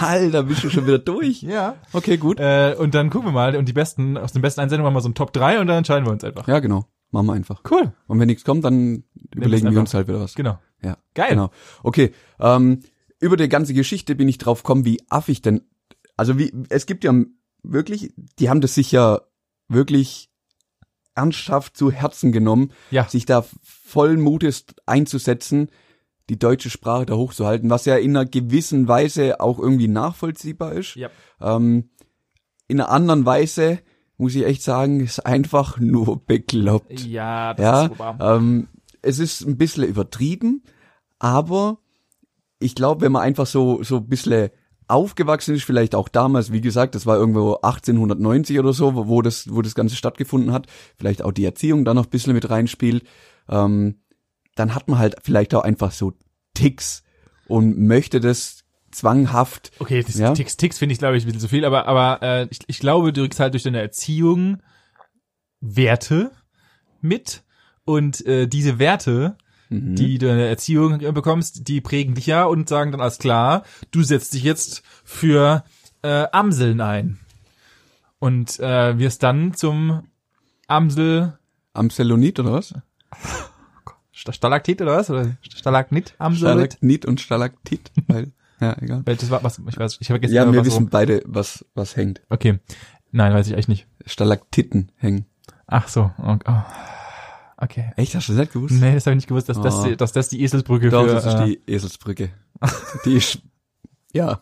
Speaker 1: Halt, da bist du schon wieder durch.
Speaker 2: ja.
Speaker 1: Okay, gut.
Speaker 2: Äh, und dann gucken wir mal und die besten aus den besten Einsendungen machen wir so ein Top 3 und dann entscheiden wir uns einfach.
Speaker 1: Ja, genau. Machen wir einfach.
Speaker 2: Cool.
Speaker 1: Und wenn nichts kommt, dann überlegen wir
Speaker 2: einfach.
Speaker 1: uns halt wieder was.
Speaker 2: Genau.
Speaker 1: Ja.
Speaker 2: Geil.
Speaker 1: Genau. Okay. Ähm, über die ganze Geschichte bin ich drauf gekommen, wie affig denn. Also wie es gibt ja wirklich, die haben das sich ja wirklich ernsthaft zu Herzen genommen,
Speaker 2: Ja.
Speaker 1: sich da vollen Mutes einzusetzen, die deutsche Sprache da hochzuhalten, was ja in einer gewissen Weise auch irgendwie nachvollziehbar ist.
Speaker 2: Ja.
Speaker 1: Ähm, in einer anderen Weise muss ich echt sagen, ist einfach nur bekloppt.
Speaker 2: Ja, das
Speaker 1: Ja,
Speaker 2: ist wahr.
Speaker 1: ähm, es ist ein bisschen übertrieben, aber ich glaube, wenn man einfach so, so ein bisschen aufgewachsen ist, vielleicht auch damals, wie gesagt, das war irgendwo 1890 oder so, wo, wo das, wo das Ganze stattgefunden hat, vielleicht auch die Erziehung da noch ein bisschen mit reinspielt, ähm, dann hat man halt vielleicht auch einfach so Ticks und möchte das zwanghaft,
Speaker 2: Okay, das
Speaker 1: Ja?
Speaker 2: Ticks, Ticks finde ich, glaube ich, ein bisschen zu viel, aber, aber äh, ich, ich glaube, du kriegst halt durch deine Erziehung Werte mit und äh, diese Werte,
Speaker 1: Mhm.
Speaker 2: die du in der Erziehung bekommst, die prägen dich ja und sagen dann alles klar, du setzt dich jetzt für äh, Amseln ein und äh, wirst dann zum Amsel
Speaker 1: am Cellonit oder was?
Speaker 2: Sta- Stalaktit oder was oder Stalagnit Amsel?
Speaker 1: Stalaktit und Stalaktit, weil, ja, egal.
Speaker 2: Welches war was? Ich weiß, ich habe
Speaker 1: Ja, wir
Speaker 2: was
Speaker 1: wissen beide, was, was hängt.
Speaker 2: Okay, nein, weiß ich echt nicht.
Speaker 1: Stalaktiten hängen.
Speaker 2: Ach so, oh, oh. okay.
Speaker 1: Echt, hast du das nicht gewusst?
Speaker 2: Nee, das habe ich nicht gewusst, dass, das,
Speaker 1: Oh.
Speaker 2: die- dass das die Eselsbrücke
Speaker 1: Doch,
Speaker 2: für...
Speaker 1: das ist
Speaker 2: äh,
Speaker 1: die Eselsbrücke. die ist, ja,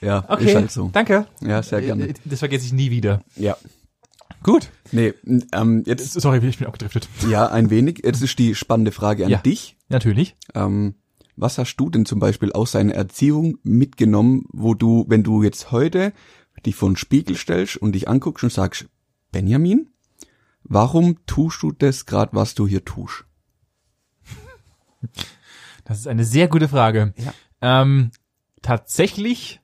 Speaker 1: ja,
Speaker 2: okay,
Speaker 1: ist halt so.
Speaker 2: danke.
Speaker 1: Ja, sehr
Speaker 2: Äh,
Speaker 1: gerne.
Speaker 2: Das vergesse ich nie wieder.
Speaker 1: Ja.
Speaker 2: Gut.
Speaker 1: Nee, n- ähm, jetzt,
Speaker 2: Sorry, ich bin abgedriftet.
Speaker 1: ja, ein wenig. Jetzt ist die spannende Frage an
Speaker 2: Ja.
Speaker 1: dich.
Speaker 2: Natürlich.
Speaker 1: Ähm, was hast du denn zum Beispiel aus deiner Erziehung mitgenommen, wo du, wenn du jetzt heute dich vor den Spiegel stellst und dich anguckst und sagst, Benjamin, warum tust du das gerade, was du hier tust?
Speaker 2: Das ist eine sehr gute Frage.
Speaker 1: Ja.
Speaker 2: Ähm, tatsächlich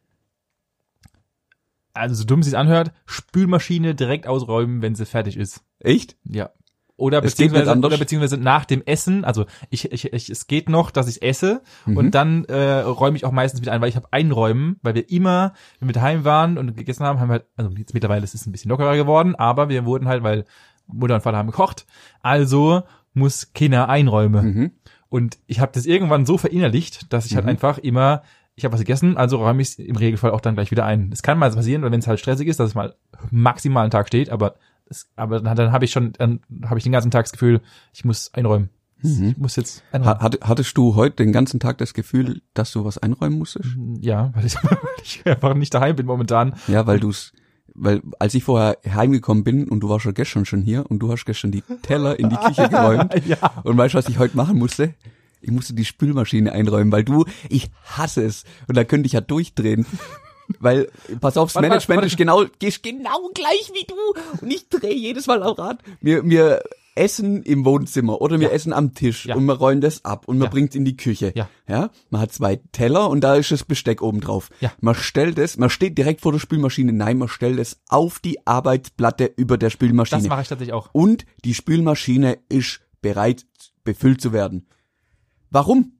Speaker 2: also so dumm es sich anhört, Spülmaschine direkt ausräumen, wenn sie fertig ist.
Speaker 1: Echt?
Speaker 2: Ja. Oder
Speaker 1: Es geht nicht
Speaker 2: beziehungsweise,
Speaker 1: anders.
Speaker 2: oder beziehungsweise nach dem Essen, also ich, ich, ich es geht noch, dass ich esse
Speaker 1: Mhm.
Speaker 2: und dann äh, räume ich auch meistens wieder ein, weil ich habe einräumen, weil wir immer, wenn wir daheim waren und gegessen haben, haben wir halt, also jetzt mittlerweile ist es ein bisschen lockerer geworden, aber wir wurden halt, weil Mutter und Vater haben gekocht, also muss Kinder einräume.
Speaker 1: Mhm.
Speaker 2: Und ich habe das irgendwann so verinnerlicht, dass ich halt
Speaker 1: Mhm.
Speaker 2: einfach immer, ich habe was gegessen, also räume ich im Regelfall auch dann gleich wieder ein. Es kann mal passieren, wenn es halt stressig ist, dass es mal maximal einen Tag steht, aber es, aber dann, dann habe ich schon, dann habe ich den ganzen Tag das Gefühl, ich muss einräumen.
Speaker 1: Mhm.
Speaker 2: Ich muss jetzt
Speaker 1: Ha-
Speaker 2: einräumen.
Speaker 1: hatte- Hattest du heute den ganzen Tag das Gefühl, dass du was einräumen musstest?
Speaker 2: Ja, weil ich, [LAUGHS] weil ich einfach nicht daheim bin momentan.
Speaker 1: Ja, weil du's, weil als ich vorher heimgekommen bin und du warst ja gestern schon hier und du hast gestern die Teller in die Küche geräumt
Speaker 2: ja.
Speaker 1: und weißt du, was ich heute machen musste? Ich musste die Spülmaschine einräumen, weil du, ich hasse es und da könnte ich ja durchdrehen. Weil, pass auf, das
Speaker 2: Warte,
Speaker 1: Management
Speaker 2: warte,
Speaker 1: ist genau, ist genau gleich wie du und ich drehe jedes Mal am Rad. Wir, wir essen im Wohnzimmer oder wir essen am Tisch
Speaker 2: Ja.
Speaker 1: und wir räumen das ab und man
Speaker 2: Ja.
Speaker 1: bringt's in die Küche.
Speaker 2: Ja.
Speaker 1: Ja, man hat zwei Teller und da ist das Besteck oben drauf.
Speaker 2: Ja.
Speaker 1: Man stellt es, man steht direkt vor der Spülmaschine. Nein, man stellt es auf die Arbeitsplatte über der Spülmaschine.
Speaker 2: Das mache ich tatsächlich auch.
Speaker 1: und die Spülmaschine ist bereit, befüllt zu werden. Warum?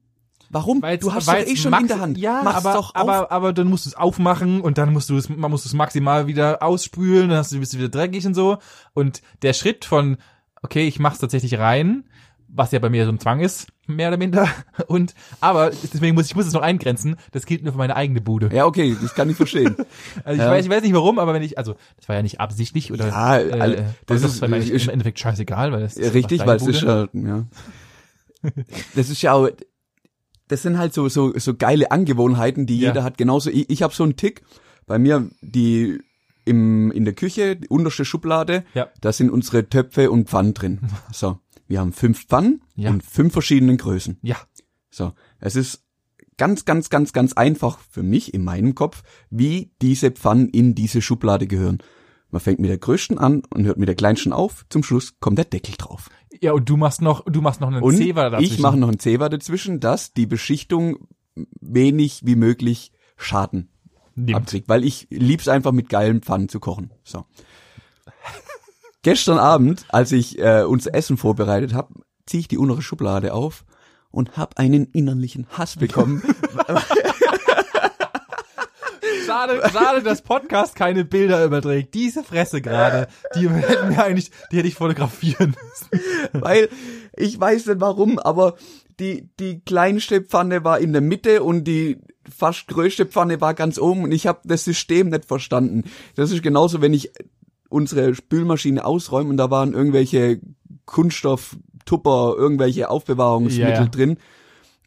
Speaker 1: Warum?
Speaker 2: Weil's-
Speaker 1: du hast doch
Speaker 2: weil's
Speaker 1: eh schon
Speaker 2: max-
Speaker 1: in der Hand.
Speaker 2: Ja,
Speaker 1: Mach's
Speaker 2: aber,
Speaker 1: doch auf.
Speaker 2: aber aber dann musst du es aufmachen und dann musst du es man musst du es maximal wieder ausspülen, dann hast du bist du wieder dreckig und so und der Schritt von okay, ich mach's tatsächlich rein, was ja bei mir so ein Zwang ist, mehr oder minder [LAUGHS] und aber deswegen muss ich muss es noch eingrenzen, das gilt nur für meine eigene Bude.
Speaker 1: ja, okay, das kann ich verstehen.
Speaker 2: Also ich
Speaker 1: Ja.
Speaker 2: weiß ich weiß nicht warum, aber wenn ich also das war ja nicht absichtlich oder äh,
Speaker 1: Ja, all- das
Speaker 2: das
Speaker 1: ist-
Speaker 2: ist im
Speaker 1: ist-
Speaker 2: Endeffekt scheißegal, weil das ist
Speaker 1: Richtig,
Speaker 2: meine
Speaker 1: weil es ist ja, ja. Das ist ja auch, das sind halt so, so, so geile Angewohnheiten, die
Speaker 2: Ja.
Speaker 1: jeder hat. Genauso, ich, ich habe so einen Tick. Bei mir, die im, in der Küche, die unterste Schublade,
Speaker 2: Ja.
Speaker 1: da sind unsere Töpfe und Pfannen
Speaker 2: [LAUGHS]
Speaker 1: drin. So. Wir haben fünf Pfannen
Speaker 2: Ja.
Speaker 1: in fünf verschiedenen Größen.
Speaker 2: ja,
Speaker 1: So. Es ist ganz, ganz, ganz, ganz einfach für mich in meinem Kopf, wie diese Pfannen in diese Schublade gehören. Man fängt mit der größten an und hört mit der kleinsten auf. Zum Schluss kommt der Deckel drauf.
Speaker 2: ja und du machst noch du machst noch einen
Speaker 1: Und
Speaker 2: Zewa dazwischen.
Speaker 1: ich mache noch einen Zewa dazwischen, dass die Beschichtung wenig wie möglich Schaden
Speaker 2: Nimmt.
Speaker 1: abkriegt, weil ich lieb's einfach mit geilen Pfannen zu kochen. So. [LAUGHS] Gestern Abend, als ich äh, unser Essen vorbereitet habe, ziehe ich die untere Schublade auf und habe einen innerlichen Hass
Speaker 2: [LAUGHS]
Speaker 1: bekommen,
Speaker 2: Schade, schade, dass Podcast keine Bilder überträgt. Diese Fresse gerade, die hätten wir eigentlich, die hätte ich fotografieren müssen.
Speaker 1: [LAUGHS] weil ich weiß nicht warum, aber die, die kleinste Pfanne war in der Mitte und die fast größte Pfanne war ganz oben und ich habe das System nicht verstanden. Das ist genauso, wenn ich unsere Spülmaschine ausräume und da waren irgendwelche Kunststoff, Tupper, irgendwelche Aufbewahrungsmittel
Speaker 2: Ja, ja.
Speaker 1: drin,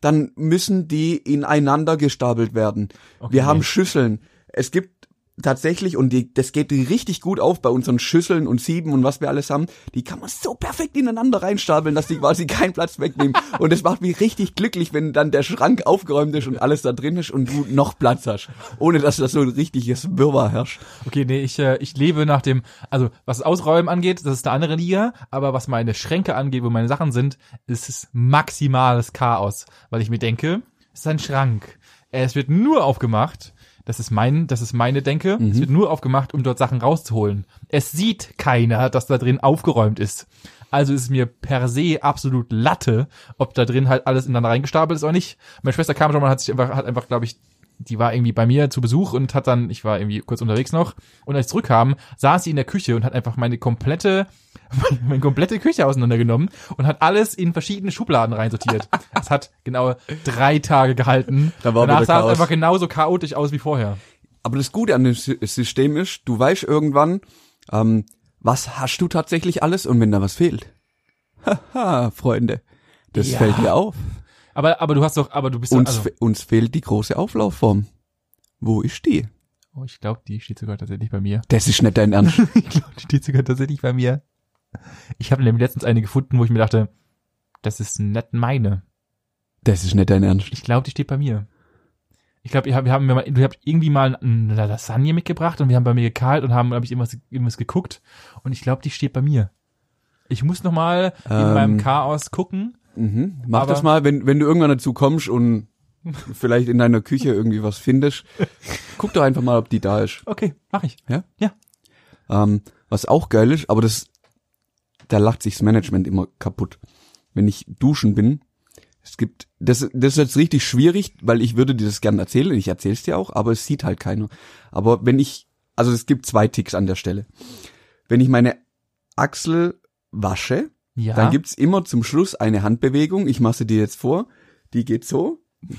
Speaker 1: dann müssen die ineinander gestapelt werden.
Speaker 2: Okay.
Speaker 1: Wir haben Schüsseln. Es gibt tatsächlich, und die, das geht richtig gut auf bei unseren Schüsseln und Sieben und was wir alles haben, die kann man so perfekt ineinander reinstapeln, dass die quasi keinen Platz wegnehmen. Und es macht mich richtig glücklich, wenn dann der Schrank aufgeräumt ist und alles da drin ist und du noch Platz hast. Ohne dass das so ein richtiges Wirrwarr herrscht.
Speaker 2: Okay, nee, ich, äh, ich lebe nach dem, also was das Ausräumen angeht, das ist eine andere Liga, aber was meine Schränke angeht, wo meine Sachen sind, ist es maximales Chaos, weil ich mir denke, es ist ein Schrank. Es wird nur aufgemacht, das ist mein, das ist meine Denke, es wird nur aufgemacht, um dort Sachen rauszuholen. Es sieht keiner, dass da drin aufgeräumt ist. Also ist es mir per se absolut Latte, ob da drin halt alles ineinander reingestapelt ist oder nicht. Meine Schwester kam schon mal, hat sich einfach, hat einfach, glaube ich, die war irgendwie bei mir zu Besuch und hat dann, ich war irgendwie kurz unterwegs noch, und als ich zurückkam, saß sie in der Küche und hat einfach meine komplette, [LAUGHS] meine komplette Küche auseinandergenommen und hat alles in verschiedene Schubladen
Speaker 1: [LAUGHS]
Speaker 2: reinsortiert. Es hat genau drei Tage gehalten.
Speaker 1: Da war
Speaker 2: Danach
Speaker 1: wieder
Speaker 2: sah es
Speaker 1: Chaos.
Speaker 2: einfach genauso chaotisch aus wie vorher.
Speaker 1: Aber das Gute an dem Sy- System ist, du weißt irgendwann, ähm, was hast du tatsächlich alles und wenn da was fehlt. [LAUGHS] Haha, Freunde. Das
Speaker 2: Ja.
Speaker 1: fällt dir auf.
Speaker 2: Aber, aber du hast doch, aber du bist doch,
Speaker 1: Uns,
Speaker 2: also,
Speaker 1: fe- uns fehlt die große Auflaufform. Wo ist die?
Speaker 2: oh, ich glaube, die steht sogar tatsächlich
Speaker 1: [LAUGHS]
Speaker 2: bei mir.
Speaker 1: Das ist nicht dein
Speaker 2: [LAUGHS]
Speaker 1: Ernst.
Speaker 2: ich glaube, die steht sogar tatsächlich bei mir. Ich habe nämlich letztens eine gefunden, wo ich mir dachte, das ist nicht meine.
Speaker 1: Das ist nicht dein Ernst.
Speaker 2: Ich glaube, die steht bei mir. Ich glaube, wir haben, wir haben mir mal, du habt irgendwie mal eine Lasagne mitgebracht und wir haben bei mir gekalt und haben, glaube ich, irgendwas, irgendwas geguckt. Und ich glaube, die steht bei mir. Ich muss noch mal in
Speaker 1: Ähm.
Speaker 2: meinem Chaos gucken.
Speaker 1: Mhm. Mach
Speaker 2: Aber- [LAUGHS]
Speaker 1: das mal, wenn, wenn du irgendwann dazu kommst und vielleicht in deiner Küche irgendwie was findest, guck doch einfach mal, ob die da ist.
Speaker 2: Okay, mach ich.
Speaker 1: Ähm, was auch geil ist, aber das, da lacht sich's Management immer kaputt. Wenn ich duschen bin, es gibt, das, das ist jetzt richtig schwierig, weil ich würde dir das gerne erzählen, ich erzähl's dir auch, aber es sieht halt keiner. Aber wenn ich, also es gibt zwei Ticks an der Stelle. Wenn ich meine Achsel wasche,
Speaker 2: Ja.
Speaker 1: dann gibt's immer zum Schluss eine Handbewegung, ich mache sie dir jetzt vor, die geht so,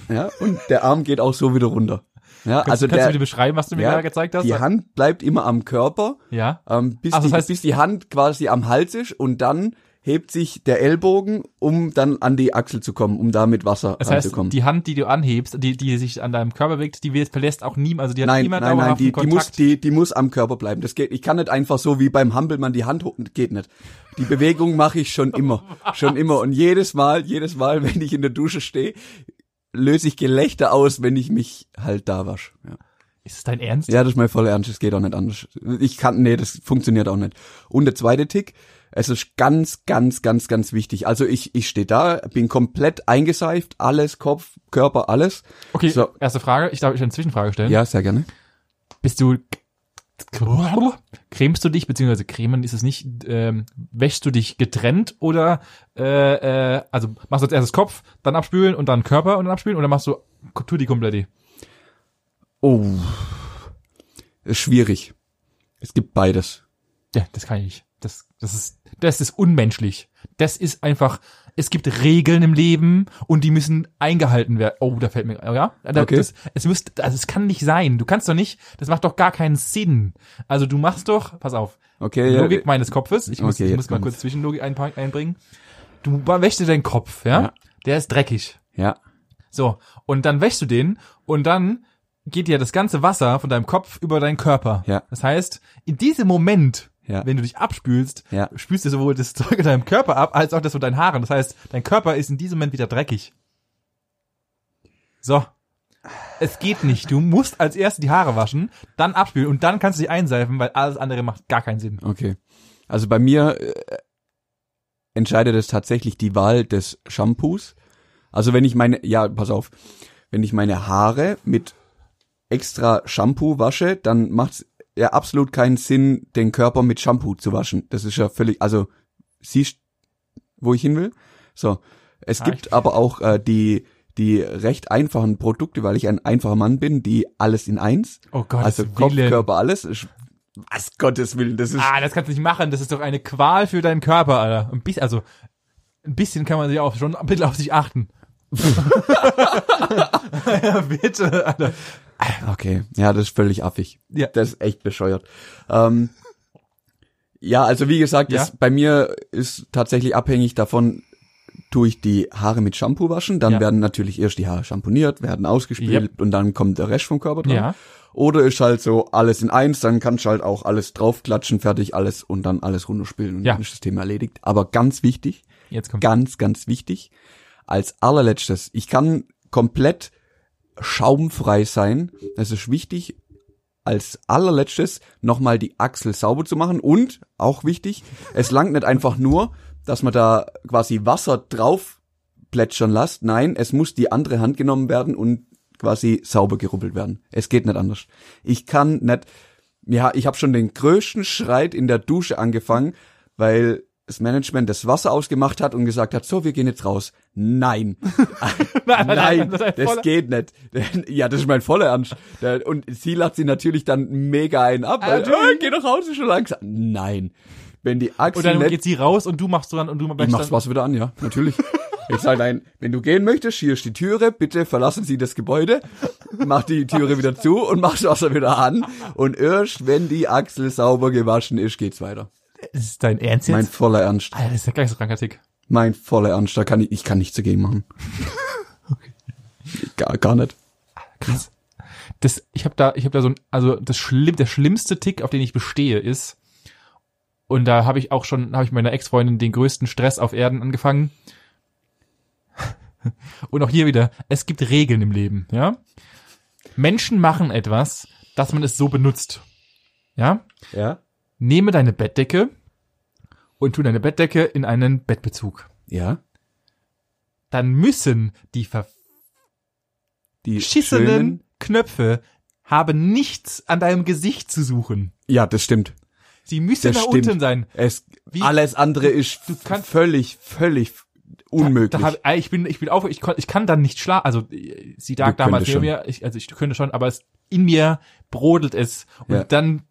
Speaker 1: ja, und der Arm geht auch so wieder runter. Ja, also
Speaker 2: kannst, kannst du
Speaker 1: der,
Speaker 2: bitte beschreiben, was du mir
Speaker 1: Ja,
Speaker 2: gerade gezeigt hast?
Speaker 1: die Hand bleibt immer am Körper
Speaker 2: ja.
Speaker 1: ähm, bis,
Speaker 2: Ach, das
Speaker 1: die,
Speaker 2: heißt-
Speaker 1: bis die Hand quasi am Hals ist und dann hebt sich der Ellbogen, um dann an die Achsel zu kommen, um da mit Wasser
Speaker 2: Das heißt,
Speaker 1: ranzukommen.
Speaker 2: die Hand, die du anhebst, die, die sich an deinem Körper bewegt, die wird verlässt auch nie, also die hat
Speaker 1: nein,
Speaker 2: immer
Speaker 1: nein, nein,
Speaker 2: dauerhaften
Speaker 1: die, die,
Speaker 2: Kontakt.
Speaker 1: muss, die, die muss am Körper bleiben. Das geht, ich kann nicht einfach so wie beim Hampelmann die Hand hoch, geht nicht. Die Bewegung mache ich schon
Speaker 2: [LAUGHS]
Speaker 1: immer, schon immer. Und jedes Mal, jedes Mal, [LAUGHS] wenn ich in der Dusche stehe, löse ich Gelächter aus, wenn ich mich halt da wasche. Ja.
Speaker 2: ist es dein Ernst?
Speaker 1: Ja, das ist mein voller Ernst, das geht auch nicht anders. Ich kann, nee, das funktioniert auch nicht. Und der zweite Tick, es ist ganz, ganz, ganz, ganz wichtig. Also ich, ich stehe da, bin komplett eingeseift, alles, Kopf, Körper, alles.
Speaker 2: Okay,
Speaker 1: So.
Speaker 2: erste Frage. Ich darf ich eine Zwischenfrage stellen.
Speaker 1: Ja, sehr gerne.
Speaker 2: Bist du cremst du dich beziehungsweise cremen ist es nicht? Ähm, wäschst du dich getrennt oder äh, äh, also machst du als erstes Kopf, dann abspülen und dann Körper und dann abspülen oder machst du tutti completi?
Speaker 1: Oh, ist schwierig. Es gibt beides.
Speaker 2: Ja, das kann ich nicht. Das, das ist, das ist unmenschlich. Das ist einfach, es gibt Regeln im Leben und die müssen eingehalten werden. Oh, da fällt mir, oh ja? Da,
Speaker 1: Okay.
Speaker 2: Das, es müsste, also es kann nicht sein. Du kannst doch nicht, das macht doch gar keinen Sinn. Also du machst doch, pass auf,
Speaker 1: Okay, äh, ja,
Speaker 2: Logik meines Kopfes. Ich muss,
Speaker 1: Okay,
Speaker 2: ich
Speaker 1: jetzt
Speaker 2: muss mal
Speaker 1: kommt's.
Speaker 2: kurz Zwischenlogik einpa- einbringen. Du wäschst dir deinen Kopf, ja?
Speaker 1: Ja.
Speaker 2: Der ist dreckig.
Speaker 1: ja.
Speaker 2: So. Und dann wäschst du den und dann geht dir das ganze Wasser von deinem Kopf über deinen Körper.
Speaker 1: Ja.
Speaker 2: Das heißt, in diesem Moment,
Speaker 1: Ja.
Speaker 2: wenn du dich abspülst,
Speaker 1: Ja.
Speaker 2: spülst du sowohl das Zeug in deinem Körper ab, als auch das von deinen Haaren. Das heißt, dein Körper ist in diesem Moment wieder dreckig. So. Es geht nicht. Du musst als erstes die Haare waschen, dann abspülen und dann kannst du dich einseifen, weil alles andere macht gar keinen Sinn.
Speaker 1: Okay. Also bei mir äh, entscheidet es tatsächlich die Wahl des Shampoos. Also wenn ich meine, ja, pass auf, wenn ich meine Haare mit extra Shampoo wasche, dann macht es ja absolut keinen Sinn, den Körper mit Shampoo zu waschen. Das ist ja völlig, also siehst, wo ich hin will? So. Es
Speaker 2: Ah,
Speaker 1: gibt aber auch äh, die, die recht einfachen Produkte, weil ich ein einfacher Mann bin, die alles in eins.
Speaker 2: Oh Gott,
Speaker 1: also Kopf, Körper, alles. Ist, was Gottes Willen, das ist
Speaker 2: Ah, das kannst du nicht machen. Das ist doch eine Qual für deinen Körper, Alter. Ein bisschen, also ein bisschen kann man sich auch schon ein bisschen auf sich achten. ja, bitte, Alter.
Speaker 1: Okay, ja, das ist völlig affig.
Speaker 2: Ah. Ja.
Speaker 1: Das ist echt bescheuert. Ähm, ja, also wie gesagt,
Speaker 2: Ja.
Speaker 1: das, bei mir ist tatsächlich abhängig davon, tue ich die Haare mit Shampoo waschen, dann
Speaker 2: Ja.
Speaker 1: werden natürlich erst die Haare shampooniert, werden ausgespült
Speaker 2: Yep.
Speaker 1: und dann kommt der Rest vom Körper dran.
Speaker 2: Ja.
Speaker 1: Oder ist halt so alles in eins, dann kannst du halt auch alles draufklatschen, fertig alles und dann alles runterspülen und
Speaker 2: Ja.
Speaker 1: dann ist das Thema erledigt. Aber ganz wichtig,
Speaker 2: Jetzt kommt.
Speaker 1: ganz, ganz wichtig. Als allerletztes, ich kann komplett schaumfrei sein. Das ist wichtig. Als allerletztes nochmal die Achsel sauber zu machen und auch wichtig, es langt nicht einfach nur, dass man da quasi Wasser drauf plätschern lässt. Nein, es muss die andere Hand genommen werden und quasi sauber gerubbelt werden. Es geht nicht anders. Ich kann nicht, ja, ich habe schon den größten Schreit in der Dusche angefangen, weil das Management das Wasser ausgemacht hat und gesagt hat, so, wir gehen jetzt raus. Nein.
Speaker 2: [LAUGHS]
Speaker 1: [LAUGHS]
Speaker 2: Nein,
Speaker 1: Nein,
Speaker 2: das ist ein
Speaker 1: das
Speaker 2: voller-
Speaker 1: geht nicht. [LAUGHS] Ja, das ist mein voller Ernst. Da- Und sie lacht sie natürlich dann mega einen ab. Weil,
Speaker 2: Natürlich.
Speaker 1: äh, geh doch raus, ist schon langsam. Nein. Wenn die
Speaker 2: Und
Speaker 1: Achsel
Speaker 2: dann
Speaker 1: nicht...
Speaker 2: geht sie raus und du machst dran und du
Speaker 1: Ich
Speaker 2: machst
Speaker 1: mach's
Speaker 2: dann.
Speaker 1: was wieder an, ja, natürlich. Ich sage nein, wenn du gehen möchtest, hier ist die Türe, bitte verlassen Sie das Gebäude, mach die Türe wieder zu und mach das Wasser wieder an. Und erst wenn die Achsel sauber gewaschen ist, geht's weiter.
Speaker 2: Das ist dein Ernst
Speaker 1: Mein
Speaker 2: jetzt?
Speaker 1: voller Ernst.
Speaker 2: Alter, das ist ja gar nicht so kranker Tick.
Speaker 1: Mein voller Ernst, da kann ich, ich kann nichts dagegen
Speaker 2: [LAUGHS]
Speaker 1: machen. Gar, gar nicht.
Speaker 2: Krass. Das, ich habe da, ich habe da so ein, also das schlimm, der schlimmste Tick, auf den ich bestehe, ist, und da habe ich auch schon, habe ich meiner Ex-Freundin den größten Stress auf Erden angefangen. [LAUGHS] und auch hier wieder, es gibt Regeln im Leben, ja. Menschen machen etwas, dass man es so benutzt, ja.
Speaker 1: Ja?
Speaker 2: Nehme deine Bettdecke und tu deine Bettdecke in einen Bettbezug
Speaker 1: Ja?
Speaker 2: dann müssen die ver
Speaker 1: die schönen-
Speaker 2: beschissenen Knöpfe haben nichts an deinem Gesicht zu suchen.
Speaker 1: Ja, das stimmt.
Speaker 2: Sie müssen
Speaker 1: Das
Speaker 2: nach
Speaker 1: stimmt.
Speaker 2: unten sein.
Speaker 1: Es,
Speaker 2: Wie-
Speaker 1: alles andere ist
Speaker 2: Du kannst-
Speaker 1: völlig, völlig unmöglich.
Speaker 2: Da hab, ey, ich bin, ich bin auf, ich, kon- ich kann dann nicht schlafen. Also äh, sie lag
Speaker 1: Du
Speaker 2: damals
Speaker 1: könntest
Speaker 2: neben mir, ich, also ich könnte schon, aber es in mir brodelt es und
Speaker 1: Ja.
Speaker 2: dann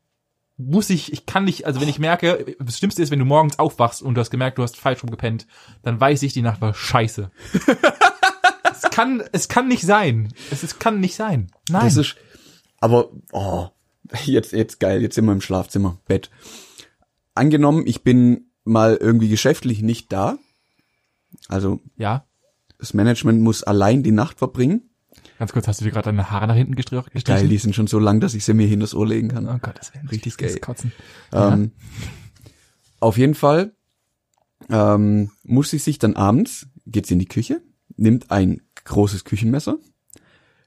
Speaker 2: muss ich, ich kann nicht, also wenn ich merke, das Schlimmste ist, wenn du morgens aufwachst und du hast gemerkt, du hast falsch rumgepennt, dann weiß ich, die Nacht
Speaker 1: [LAUGHS]
Speaker 2: war scheiße. es kann, es kann nicht sein. Es, es kann nicht sein. Nein.
Speaker 1: Das ist, aber, oh, jetzt, jetzt geil, jetzt sind wir im Schlafzimmer, Bett. Angenommen, ich bin mal irgendwie geschäftlich nicht da. Also,
Speaker 2: ja.
Speaker 1: das Management muss allein die Nacht verbringen.
Speaker 2: Ganz kurz, hast du dir gerade deine Haare nach hinten gestrich-
Speaker 1: Geil,
Speaker 2: gestrichen?
Speaker 1: die sind schon so lang, dass ich sie mir hinters Ohr legen kann.
Speaker 2: Oh Gott, das wäre
Speaker 1: Richtig
Speaker 2: richtig
Speaker 1: geil.
Speaker 2: Kotzen.
Speaker 1: Ähm, auf jeden Fall ähm, muss sie sich dann abends, geht sie in die Küche, nimmt ein großes Küchenmesser,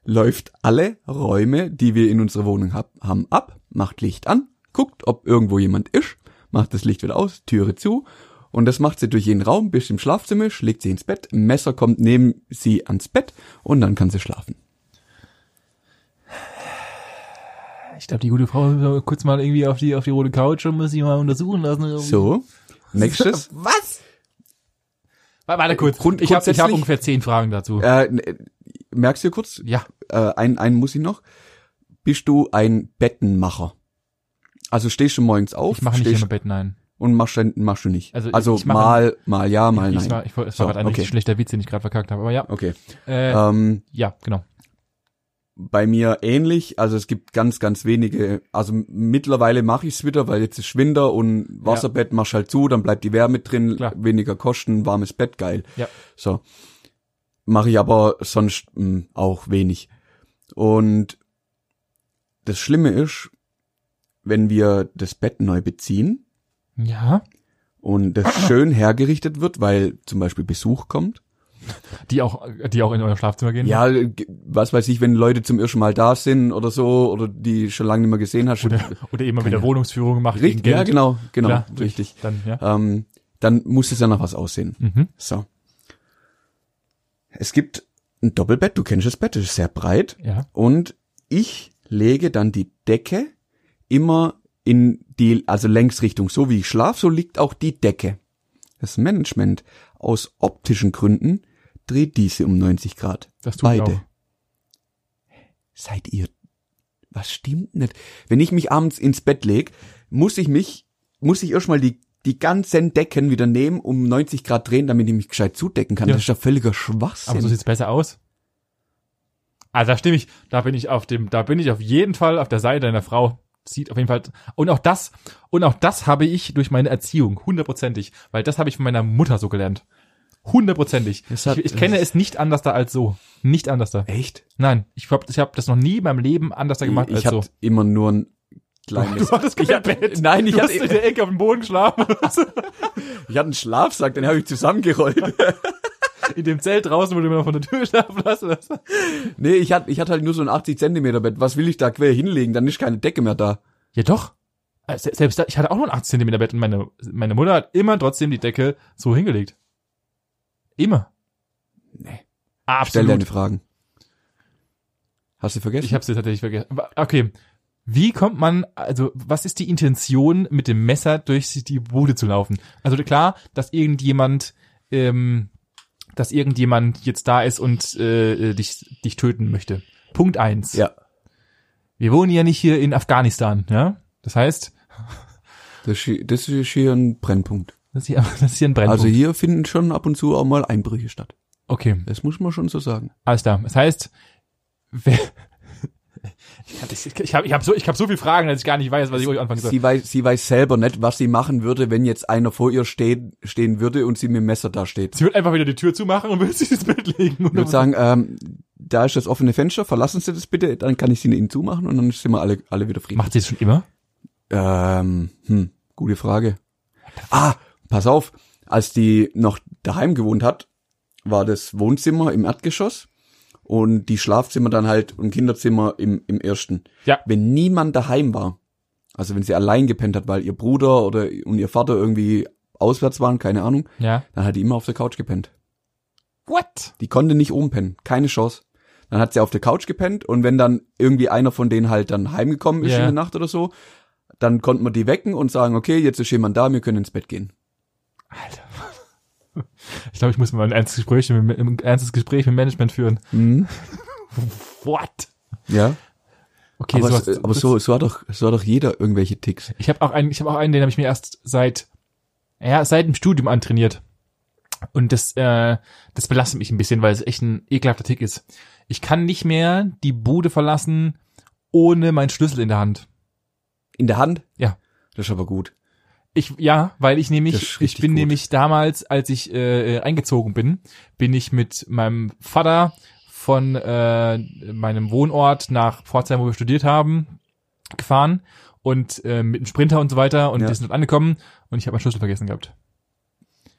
Speaker 1: läuft alle Räume, die wir in unserer Wohnung hab, haben, ab, macht Licht an, guckt, ob irgendwo jemand ist, macht das Licht wieder aus, Türe zu. Und das macht sie durch jeden Raum bis im Schlafzimmer, schlägt sie ins Bett, Messer kommt neben sie ans Bett und dann kann sie schlafen.
Speaker 2: Ich glaube, die gute Frau soll kurz mal irgendwie auf die, auf die rote Couch und muss sie mal untersuchen lassen.
Speaker 1: So, nächstes.
Speaker 2: Was? Warte kurz.
Speaker 1: Äh, Grund-
Speaker 2: ich habe hab
Speaker 1: grundsätzlich-
Speaker 2: ungefähr zehn Fragen dazu.
Speaker 1: Äh, n- merkst du kurz,
Speaker 2: Ja.
Speaker 1: äh, einen, einen muss ich noch. Bist du ein Bettenmacher? Also stehst du morgens auf
Speaker 2: Ich mache nicht
Speaker 1: stehst
Speaker 2: im Bett, nein.
Speaker 1: und machst, dann- machst du nicht. Also,
Speaker 2: Also ich- ich mache-
Speaker 1: mal, mal ja, mal
Speaker 2: ich,
Speaker 1: nein.
Speaker 2: ich war, ich, war- es
Speaker 1: So,
Speaker 2: war gerade ein
Speaker 1: okay.
Speaker 2: richtig schlechter Witz, den ich gerade verkackt habe. Aber ja,
Speaker 1: okay.
Speaker 2: äh,
Speaker 1: Ähm,
Speaker 2: ja, genau.
Speaker 1: bei mir ähnlich. Also es gibt ganz, ganz wenige. Also m- mittlerweile mache ich's wieder, weil jetzt ist Winter und Wasserbett machst halt zu, dann bleibt die Wärme drin,
Speaker 2: Klar.
Speaker 1: weniger Kosten, warmes Bett, geil.
Speaker 2: Ja.
Speaker 1: So. Mache ich aber sonst mh, auch wenig. Und das Schlimme ist, wenn wir das Bett neu beziehen
Speaker 2: Ja.
Speaker 1: und
Speaker 2: [COUGHS]
Speaker 1: das schön hergerichtet wird, weil zum Beispiel Besuch kommt,
Speaker 2: Die auch, die auch in euer Schlafzimmer gehen?
Speaker 1: ja, ge- was weiß ich, wenn Leute zum ersten Mal da sind oder so, oder die schon lange nicht mehr gesehen hast.
Speaker 2: Oder, oder eben mal wieder
Speaker 1: Keine-
Speaker 2: Wohnungsführung gemacht gegen
Speaker 1: richtig,
Speaker 2: Geld.
Speaker 1: ja, genau, genau,
Speaker 2: Klar,
Speaker 1: richtig.
Speaker 2: Dann, ja.
Speaker 1: Ähm, dann muss es ja nach was aussehen.
Speaker 2: Mhm.
Speaker 1: So. Es gibt ein Doppelbett, du kennst das Bett, das ist sehr breit.
Speaker 2: Ja.
Speaker 1: Und ich lege dann die Decke immer in die, also Längsrichtung. So wie ich schlaf, so liegt auch die Decke. Das Management aus optischen Gründen dreht diese um 90 Grad.
Speaker 2: Das tut
Speaker 1: Beide.
Speaker 2: auch.
Speaker 1: Seid ihr, was stimmt nicht? Wenn ich mich abends ins Bett leg, muss ich mich, muss ich erstmal die, die ganzen Decken wieder nehmen, um 90 Grad drehen, damit ich mich gescheit zudecken kann.
Speaker 2: Ja.
Speaker 1: Das ist ja völliger Schwachsinn.
Speaker 2: Aber so sieht's besser aus. Also da stimme ich, da bin ich auf dem, da bin ich auf jeden Fall auf der Seite deiner Frau. Sieht auf jeden Fall, und auch das, und auch das habe ich durch meine Erziehung, hundertprozentig, weil das habe ich von meiner Mutter so gelernt. Hundertprozentig.
Speaker 1: Das
Speaker 2: Ich,
Speaker 1: hat-
Speaker 2: ich kenne es nicht anders da als so. Nicht anders da.
Speaker 1: Echt?
Speaker 2: Nein, ich habe ich hab das noch nie in meinem Leben anders da gemacht
Speaker 1: ich
Speaker 2: als
Speaker 1: ich hab
Speaker 2: so. [LAUGHS]
Speaker 1: immer nur ein kleines.
Speaker 2: hattest
Speaker 1: Ich hab- nein, ich
Speaker 2: du
Speaker 1: hab-
Speaker 2: hast in der Ecke auf dem Boden geschlafen.
Speaker 1: Ich hatte einen Schlafsack, den habe ich
Speaker 2: [LAUGHS]
Speaker 1: zusammengerollt.
Speaker 2: in dem Zelt draußen, wo du immer von der Tür schlafen hast. oder so.
Speaker 1: nee, ich hatte ich hatte halt nur so ein 80 Zentimeter Bett. Was will ich da quer hinlegen? Dann ist keine Decke mehr da.
Speaker 2: Ja, doch. Äh, se- Selbst da, ich hatte auch nur ein 8 cm Bett und meine, meine Mutter hat immer trotzdem die Decke so hingelegt. Immer.
Speaker 1: Nee. Stell deine
Speaker 2: Absolut.
Speaker 1: Fragen. Hast du vergessen?
Speaker 2: Ich habe sie tatsächlich vergessen. Aber, Okay. Wie kommt man, also was ist die Intention, mit dem Messer durch die Bude zu laufen? Also klar, dass irgendjemand, ähm, dass irgendjemand jetzt da ist und äh, äh, dich, dich töten möchte. Punkt eins.
Speaker 1: ja,
Speaker 2: Wir wohnen ja nicht hier in Afghanistan, ja? Das heißt,
Speaker 1: das, ist hier- das ist hier ein Brennpunkt.
Speaker 2: das ist hier, [LAUGHS] das ist hier ein Brennpunkt.
Speaker 1: Also hier finden schon ab und zu auch mal Einbrüche statt.
Speaker 2: okay.
Speaker 1: Das muss man schon so sagen.
Speaker 2: Alles klar. Das heißt, wer,
Speaker 1: [LAUGHS]
Speaker 2: ich hab- ich habe ich hab so, ich hab so viele Fragen, dass ich gar nicht weiß, was ich euch anfangen soll.
Speaker 1: Sie weiß, sie weiß selber nicht, was sie machen würde, wenn jetzt einer vor ihr steht, stehen würde und sie mit dem Messer da steht.
Speaker 2: Sie wird einfach wieder die Tür zumachen und wird [LAUGHS] sich ins Bett legen.
Speaker 1: Ich würde sagen, ähm, da ist das offene Fenster, verlassen Sie das bitte, dann kann ich sie Ihnen zumachen und dann sind wir alle, alle wieder friedlich.
Speaker 2: Macht sie das schon immer?
Speaker 1: Ähm, hm, gute Frage. Ah, pass auf, als die noch daheim gewohnt hat, war das Wohnzimmer im Erdgeschoss und die Schlafzimmer dann halt und Kinderzimmer im, im ersten.
Speaker 2: Ja.
Speaker 1: Wenn niemand daheim war, also wenn sie allein gepennt hat, weil ihr Bruder oder und ihr Vater irgendwie auswärts waren, keine Ahnung,
Speaker 2: Ja.
Speaker 1: dann hat die immer auf der Couch gepennt.
Speaker 2: What?
Speaker 1: Die konnte nicht oben pennen, keine Chance. Dann hat sie auf der Couch gepennt und wenn dann irgendwie einer von denen halt dann heimgekommen ist
Speaker 2: Ja.
Speaker 1: in der Nacht oder so, dann konnten wir die wecken und sagen, okay, jetzt ist jemand da, wir können ins Bett gehen.
Speaker 2: Alter. [LAUGHS] Ich glaube, ich muss mal ein ernstes Gespräch mit, ein ernstes Gespräch mit Management führen.
Speaker 1: Mhm.
Speaker 2: What?
Speaker 1: Ja.
Speaker 2: Okay,
Speaker 1: aber
Speaker 2: sowas-
Speaker 1: so, aber so, so hat doch, so hat doch jeder irgendwelche Ticks.
Speaker 2: Ich habe auch einen, ich habe auch einen, den habe ich mir erst seit ja, seit dem Studium antrainiert. Und das äh, das belastet mich ein bisschen, weil es echt ein ekelhafter Tick ist. Ich kann nicht mehr die Bude verlassen ohne meinen Schlüssel in der Hand.
Speaker 1: In der Hand?
Speaker 2: Ja.
Speaker 1: Das ist aber gut.
Speaker 2: Ich ja, weil
Speaker 1: Das
Speaker 2: ich
Speaker 1: ist
Speaker 2: nämlich ich
Speaker 1: richtig
Speaker 2: bin
Speaker 1: gut.
Speaker 2: nämlich damals, als ich äh, äh, eingezogen bin, bin ich mit meinem Vater von äh, meinem Wohnort nach Pforzheim, wo wir studiert haben, gefahren und äh, mit einem Sprinter und so weiter und
Speaker 1: Ja.
Speaker 2: wir sind dort angekommen und ich habe meinen Schlüssel vergessen gehabt.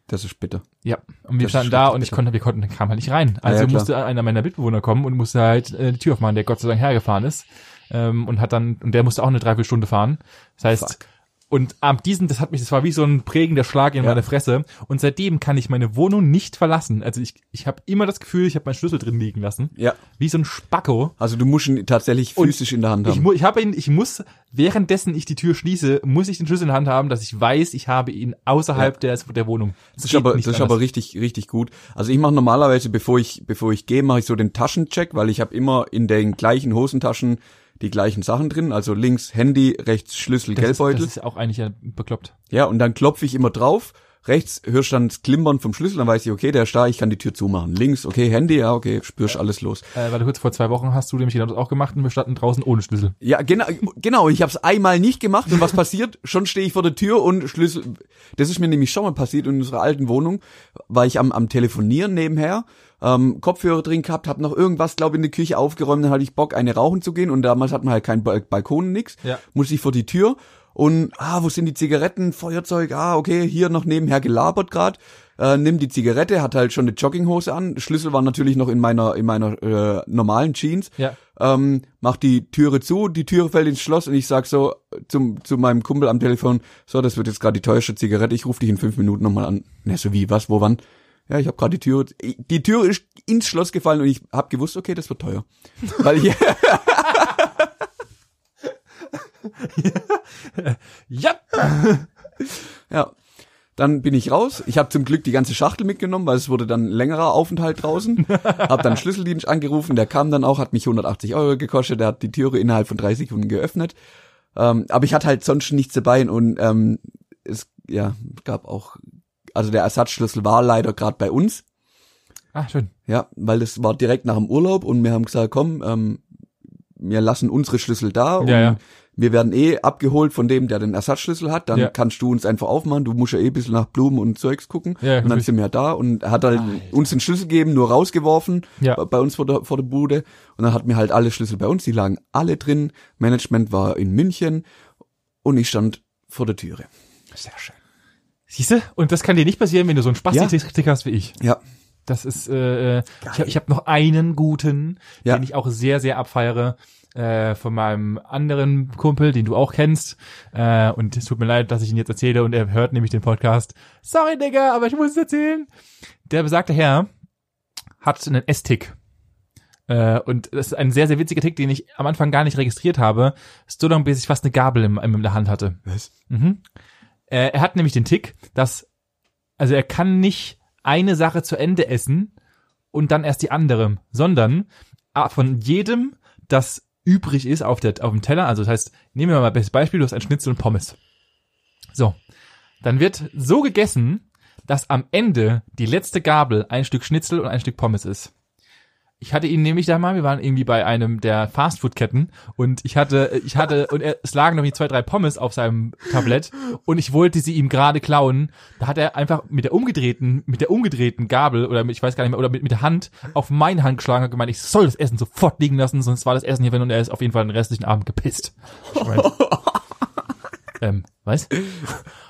Speaker 1: Das ist bitter.
Speaker 2: Ja, und wir
Speaker 1: Das
Speaker 2: standen
Speaker 1: ist
Speaker 2: da
Speaker 1: richtig
Speaker 2: und ich
Speaker 1: bitter.
Speaker 2: konnte, wir konnten, dann kam halt nicht rein. Also
Speaker 1: ja, klar.
Speaker 2: musste einer meiner Mitbewohner kommen und musste halt äh, die Tür aufmachen, der Gott sei Dank hergefahren ist. Ähm, und hat dann, und der musste auch eine Dreiviertelstunde fahren. Das heißt,
Speaker 1: Fuck.
Speaker 2: und ab diesem, das hat mich, das war wie so ein prägender Schlag in
Speaker 1: Ja.
Speaker 2: meine Fresse. Und seitdem kann ich meine Wohnung nicht verlassen. Also ich, ich habe immer das Gefühl, ich habe meinen Schlüssel drin liegen lassen.
Speaker 1: Ja.
Speaker 2: Wie so ein Spacko.
Speaker 1: Also du musst ihn tatsächlich
Speaker 2: Und
Speaker 1: physisch in der Hand
Speaker 2: Ich,
Speaker 1: haben.
Speaker 2: mu ich habe ihn, ich muss, währenddessen ich die Tür schließe, muss ich den Schlüssel in der Hand haben, dass ich weiß, ich habe ihn außerhalb der, der Wohnung.
Speaker 1: Das ist, aber, das ist aber richtig, richtig gut. Also ich mache normalerweise, bevor ich, bevor ich gehe, mache ich so den Taschencheck, weil ich habe immer in den gleichen Hosentaschen die gleichen Sachen drin. Also links Handy, rechts Schlüssel,
Speaker 2: Das ist-
Speaker 1: Geldbeutel.
Speaker 2: Das ist auch eigentlich ja bekloppt.
Speaker 1: Ja, und dann klopfe ich immer drauf. Rechts hörst dann das Klimpern vom Schlüssel, dann weiß ich, okay, der ist da, ich kann die Tür zumachen. Links, okay, Handy, ja, okay, spürst alles los.
Speaker 2: Äh, weil kurz vor zwei Wochen hast du nämlich genau das auch gemacht und wir standen draußen ohne Schlüssel.
Speaker 1: Ja, genau, genau, ich habe es einmal nicht gemacht und was passiert? Schon stehe ich vor der Tür und Schlüssel. Das ist mir nämlich schon mal passiert in unserer alten Wohnung, war ich am, am Telefonieren nebenher, ähm, Kopfhörer drin gehabt, hab noch irgendwas, glaube in der Küche aufgeräumt, dann hatte ich Bock, eine rauchen zu gehen und damals hatten wir halt keinen Ba- Balkon, nix,
Speaker 2: Ja.
Speaker 1: musste ich vor die Tür und, ah, wo sind die Zigaretten, Feuerzeug, ah, okay, hier noch nebenher gelabert grad. Äh, nimm die Zigarette, hat halt schon eine Jogginghose an. Schlüssel war natürlich noch in meiner in meiner äh, normalen Jeans
Speaker 2: Ja.
Speaker 1: ähm, mach die Türe zu, die Türe fällt ins Schloss und ich sag so zum, zu meinem Kumpel am Telefon, so, das wird jetzt gerade die teuerste Zigarette, ich rufe dich in fünf Minuten nochmal an. Na, so wie, was, wo, wann? Ja, ich habe gerade die Türe, die Türe ist ins Schloss gefallen und ich hab gewusst, okay, das wird teuer. Weil ich,
Speaker 2: Ja.
Speaker 1: ja, dann bin ich raus. Ich habe zum Glück die ganze Schachtel mitgenommen, weil es wurde dann ein längerer Aufenthalt draußen. Hab dann Schlüsseldienst angerufen, der kam dann auch, hat mich 180 Euro gekostet, der hat die Türe innerhalb von 30 Sekunden geöffnet. Ähm, aber ich hatte halt sonst nichts dabei und ähm, es ja, gab auch, also der Ersatzschlüssel war leider gerade bei uns.
Speaker 2: Ah, schön.
Speaker 1: Ja, weil das war direkt nach dem Urlaub und wir haben gesagt, komm, ähm, wir lassen unsere Schlüssel da und
Speaker 2: Ja, ja.
Speaker 1: wir werden eh abgeholt von dem, der den Ersatzschlüssel hat. Dann
Speaker 2: Ja.
Speaker 1: kannst du uns einfach aufmachen. Du musst ja eh ein bisschen nach Blumen und Zeugs gucken.
Speaker 2: Ja,
Speaker 1: und dann
Speaker 2: natürlich.
Speaker 1: sind wir da und er hat halt uns den Schlüssel gegeben, nur rausgeworfen
Speaker 2: Ja.
Speaker 1: bei- bei uns vor der, vor der Bude. Und dann hatten wir halt alle Schlüssel bei uns. Die lagen alle drin. Management war in München und ich stand vor der Türe.
Speaker 2: Sehr schön. Siehste? Und das kann dir nicht passieren, wenn du so einen Spastik-Tick hast wie ich.
Speaker 1: Ja,
Speaker 2: Das ist, äh, ich habe ich hab noch einen guten,
Speaker 1: Ja.
Speaker 2: den ich auch sehr, sehr abfeiere, äh, von meinem anderen Kumpel, den du auch kennst. Äh, und es tut mir leid, dass ich ihn jetzt erzähle und er hört nämlich den Podcast. Sorry, Digga, aber ich muss es erzählen. Der besagte Herr hat einen S-Tick. Äh, und das ist ein sehr, sehr witziger Tick, den ich am Anfang gar nicht registriert habe. So lange, bis ich fast eine Gabel im, im, in der Hand hatte.
Speaker 1: Was?
Speaker 2: Mhm. Äh, er hat nämlich den Tick, dass, also er kann nicht eine Sache zu Ende essen und dann erst die andere, sondern ah, von jedem, das übrig ist auf, der, auf dem Teller, also das heißt, nehmen wir mal das Beispiel, du hast ein Schnitzel und Pommes. So. Dann wird so gegessen, dass am Ende die letzte Gabel ein Stück Schnitzel und ein Stück Pommes ist. Ich hatte ihn nämlich da mal, wir waren irgendwie bei einem der Fastfood-Ketten und ich hatte, ich hatte, und er, es lagen noch die zwei, drei Pommes auf seinem Tablett und ich wollte sie ihm gerade klauen. Da hat er einfach mit der umgedrehten, mit der umgedrehten Gabel oder mit, ich weiß gar nicht mehr, oder mit, mit der Hand auf meine Hand geschlagen und gemeint, ich soll das Essen sofort liegen lassen, sonst war das Essen hier wenn und er ist auf jeden Fall den restlichen Abend gepisst. Ich mein, ähm, was?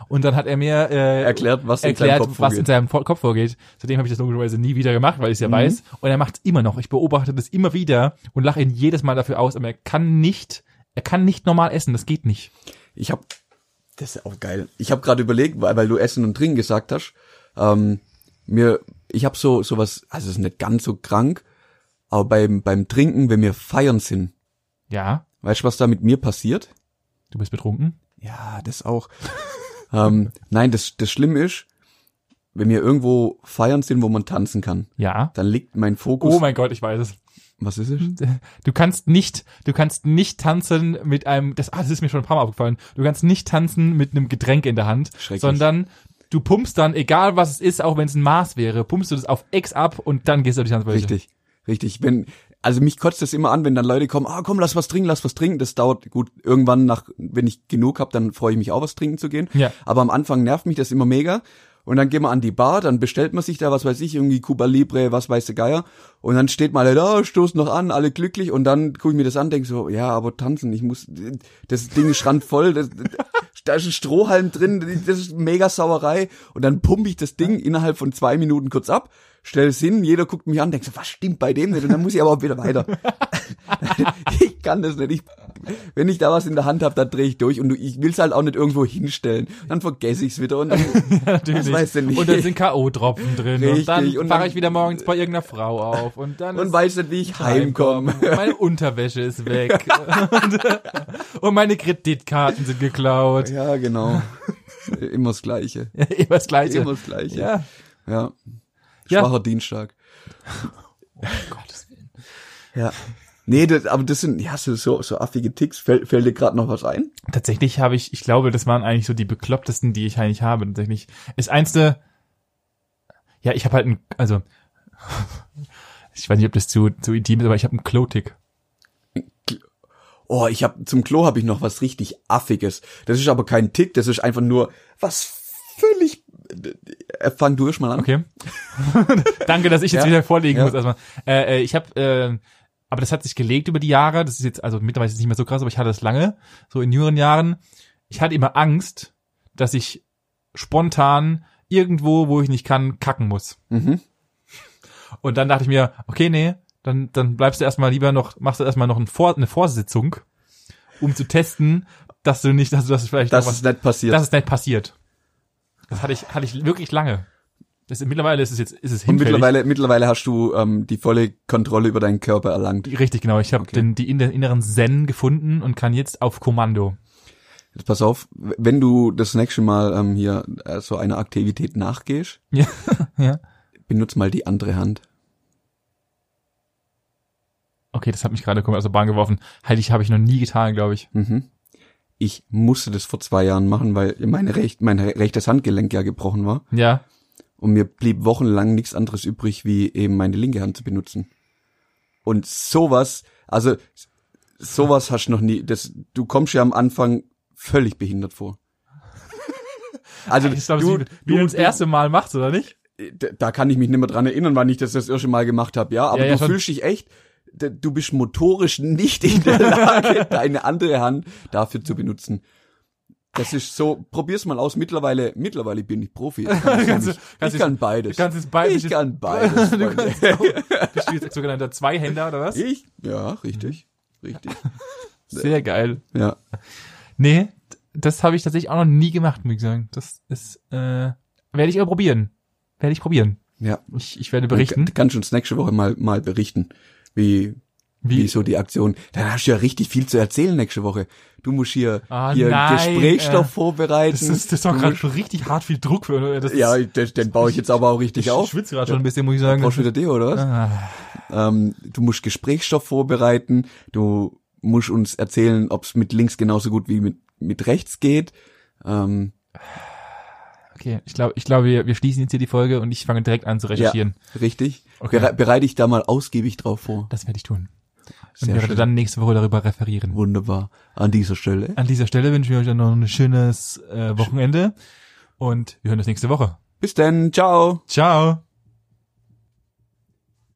Speaker 2: Und dann hat er mir äh,
Speaker 1: Erklärt, was in
Speaker 2: erklärt,
Speaker 1: seinem Kopf
Speaker 2: was in
Speaker 1: vorgeht. Mhm.
Speaker 2: seinem Vo- Kopf vorgeht. Seitdem habe ich das logischerweise nie wieder gemacht, weil ich es ja weiß. Und er macht es immer noch. Ich beobachte das immer wieder und lache ihn jedes Mal dafür aus. Aber er kann nicht, er kann nicht normal essen. Das geht nicht.
Speaker 1: Ich habe das ist auch geil. Ich habe gerade überlegt, weil, weil du Essen und Trinken gesagt hast. Ähm, mir, ich habe so sowas, also es ist nicht ganz so krank, Aber beim, beim Trinken, wenn wir feiern sind,
Speaker 2: Ja,
Speaker 1: weißt du, was da mit mir passiert?
Speaker 2: du bist betrunken.
Speaker 1: Ja, das auch. [LAUGHS] ähm, nein, das, das Schlimme ist, wenn wir irgendwo feiern sind, wo man tanzen kann,
Speaker 2: Ja.
Speaker 1: dann liegt mein Fokus.
Speaker 2: Oh mein Gott, ich weiß es.
Speaker 1: was ist es?
Speaker 2: Du kannst nicht, du kannst nicht tanzen mit einem, das, ah, das ist mir schon ein paar Mal aufgefallen. Du kannst nicht tanzen mit einem Getränk in der Hand,
Speaker 1: Schrecklich.
Speaker 2: sondern du pumpst dann, egal was es ist, auch wenn es ein Maß wäre, pumpst du das auf X ab und dann gehst du auf die Tanzfläche.
Speaker 1: Richtig, richtig. Wenn, also mich kotzt das immer an, wenn dann Leute kommen, ah komm, lass was trinken, lass was trinken. Das dauert gut, irgendwann nach, wenn ich genug habe, dann freue ich mich auch, was trinken zu gehen.
Speaker 2: Ja.
Speaker 1: Aber am Anfang nervt mich das immer mega. Und dann gehen wir an die Bar, dann bestellt man sich da, was weiß ich, irgendwie Cuba Libre, was weiß der Geier. Und dann steht mal da, oh, stoß noch an, alle glücklich. Und dann gucke ich mir das an, denke so, ja, aber tanzen, ich muss, das Ding ist randvoll, das, da ist ein Strohhalm drin, das ist mega Sauerei. Und dann pumpe ich das Ding innerhalb von zwei Minuten kurz ab, stelle es hin, jeder guckt mich an, denkt so, was stimmt bei dem nicht? Und dann muss ich aber auch wieder weiter. [LAUGHS] ich kann das nicht. Ich, wenn ich da was in der Hand habe, dann drehe ich durch und du, ich will es halt auch nicht irgendwo hinstellen. Dann vergesse ich es wieder und dann,
Speaker 2: Natürlich.
Speaker 1: Das weißt du nicht.
Speaker 2: Und dann sind K.O.-Tropfen drin.
Speaker 1: Richtig.
Speaker 2: Und dann
Speaker 1: Und
Speaker 2: wache
Speaker 1: dann-
Speaker 2: ich wieder morgens bei irgendeiner Frau auf. Und dann
Speaker 1: und
Speaker 2: ist
Speaker 1: weiß nicht, wie
Speaker 2: [LAUGHS]
Speaker 1: ich heimkomme.
Speaker 2: Und Meine Unterwäsche
Speaker 1: [LAUGHS]
Speaker 2: ist weg. und, und meine Kreditkarten sind geklaut.
Speaker 1: Ja, genau. Immer das Gleiche.
Speaker 2: Immer das Gleiche.
Speaker 1: Immer das Gleiche.
Speaker 2: ja.
Speaker 1: ja.
Speaker 2: Ja.
Speaker 1: Schwacher Dienstag.
Speaker 2: Oh,
Speaker 1: Um
Speaker 2: Gottes Willen.
Speaker 1: Ja. Nee, das, aber das sind, ja, so, so, so affige Ticks. Fällt, fällt dir gerade noch was ein?
Speaker 2: Tatsächlich habe ich, ich glaube, das waren eigentlich so die beklopptesten, die ich eigentlich habe. Tatsächlich ist eins der, ja, ich habe halt ein, also [LAUGHS] ich weiß nicht, ob das zu, zu intim ist, aber ich habe einen Klotik.
Speaker 1: Oh, ich hab, zum Klo habe ich noch was richtig Affiges. Das ist aber kein Tick, das ist einfach nur was völlig, Äh, fang du erst mal an.
Speaker 2: Okay. [LAUGHS] Danke, dass ich jetzt
Speaker 1: Ja.
Speaker 2: wieder vorlegen
Speaker 1: Ja.
Speaker 2: muss erstmal. Äh, äh, ich habe, äh, aber das hat sich gelegt über die Jahre. Das ist jetzt, also mittlerweile ist es nicht mehr so krass, aber ich hatte das lange, so in jüngeren Jahren. Ich hatte immer Angst, dass ich spontan irgendwo, wo ich nicht kann, kacken muss.
Speaker 1: Mhm.
Speaker 2: Und dann dachte ich mir, okay, nee, dann, dann bleibst du erstmal lieber noch, machst du erstmal noch ein Vor, eine Vorsitzung, um zu testen, dass du nicht, dass du das vielleicht
Speaker 1: Das
Speaker 2: noch was,
Speaker 1: ist nicht passiert.
Speaker 2: dass es nicht passiert. Das hatte ich, hatte ich wirklich lange. Das, mittlerweile ist es jetzt, ist es
Speaker 1: Und
Speaker 2: hinfällig.
Speaker 1: mittlerweile, mittlerweile hast du ähm, die volle Kontrolle über deinen Körper erlangt.
Speaker 2: Richtig, genau. Ich habe
Speaker 1: Okay.
Speaker 2: den, die inne- inneren Zen gefunden und kann jetzt auf Kommando.
Speaker 1: Jetzt pass auf, wenn du das nächste Mal ähm, hier äh, so einer Aktivität nachgehst,
Speaker 2: [LAUGHS] Ja, ja.
Speaker 1: benutz mal die andere Hand.
Speaker 2: Okay, das hat mich gerade komplett aus der Bahn geworfen. Halt, ich habe ich noch nie getan, glaube ich.
Speaker 1: Mhm. Ich musste das vor zwei Jahren machen, weil meine recht, mein rechtes Handgelenk ja gebrochen war.
Speaker 2: Ja.
Speaker 1: Und mir blieb wochenlang nichts anderes übrig, wie eben meine linke Hand zu benutzen. Und sowas, also sowas hast du noch nie. Das, du kommst ja am Anfang völlig behindert
Speaker 2: [LAUGHS]
Speaker 1: vor. Also
Speaker 2: Ich glaube, du, du das erste Mal machst, oder nicht?
Speaker 1: da da kann ich mich nicht mehr dran erinnern, wann ich das das erste Mal gemacht habe, ja. Aber
Speaker 2: Ja, ja,
Speaker 1: du
Speaker 2: schon.
Speaker 1: fühlst dich echt, d- du bist motorisch nicht in der
Speaker 2: [LAUGHS]
Speaker 1: Lage, deine andere Hand dafür zu benutzen. Das ist so, probier's mal aus. Mittlerweile, mittlerweile bin ich Profi. Ich kann,
Speaker 2: [LAUGHS] Kannst du-
Speaker 1: ich
Speaker 2: kannst du-
Speaker 1: kann beides.
Speaker 2: Du kannst jetzt beides.
Speaker 1: ich kann beides.
Speaker 2: [LAUGHS] Du
Speaker 1: Freunde.
Speaker 2: kannst auch, du spielst sogenannter Zweihänder, oder
Speaker 1: [LAUGHS]
Speaker 2: was?
Speaker 1: ich, ja, richtig, richtig.
Speaker 2: Sehr geil.
Speaker 1: Ja,
Speaker 2: Nee, d- das habe ich tatsächlich auch noch nie gemacht, muss ich sagen. Das ist, äh, werde ich aber probieren. Werde ich probieren.
Speaker 1: ja.
Speaker 2: Ich, ich werde [LAUGHS] berichten.
Speaker 1: Du kannst uns nächste Woche mal, mal berichten, wie, wie,
Speaker 2: Wie?
Speaker 1: so die Aktion. Dann hast du ja richtig viel zu erzählen nächste Woche. Du musst hier,
Speaker 2: Ah,
Speaker 1: hier
Speaker 2: nein,
Speaker 1: Gesprächsstoff
Speaker 2: äh,
Speaker 1: vorbereiten.
Speaker 2: [LAUGHS] Das ist, das ist doch
Speaker 1: Du
Speaker 2: gerade richtig hart viel Druck für, äh, das
Speaker 1: musst- ja,
Speaker 2: ist,
Speaker 1: den, den baue ich jetzt aber auch richtig auf.
Speaker 2: schwitze gerade schon ein bisschen, muss ich sagen.
Speaker 1: Brauchst du wieder Deo, oder was?
Speaker 2: Ah,
Speaker 1: Ähm, du musst Gesprächsstoff vorbereiten. Du musst uns erzählen, ob es mit links genauso gut wie mit, mit rechts geht. Ähm,
Speaker 2: okay, ich glaube, ich glaube, wir, wir schließen jetzt hier die Folge und ich fange direkt an zu recherchieren.
Speaker 1: richtig.
Speaker 2: Okay.
Speaker 1: Bere bereite ich da mal ausgiebig drauf vor.
Speaker 2: Das werde ich tun. Und
Speaker 1: Sehr
Speaker 2: werde
Speaker 1: schön.
Speaker 2: dann nächste Woche darüber referieren.
Speaker 1: Wunderbar. An dieser Stelle.
Speaker 2: An dieser Stelle wünschen wir euch dann noch ein schönes äh, Wochenende und wir hören uns nächste Woche.
Speaker 1: Bis dann. Ciao.
Speaker 2: Ciao.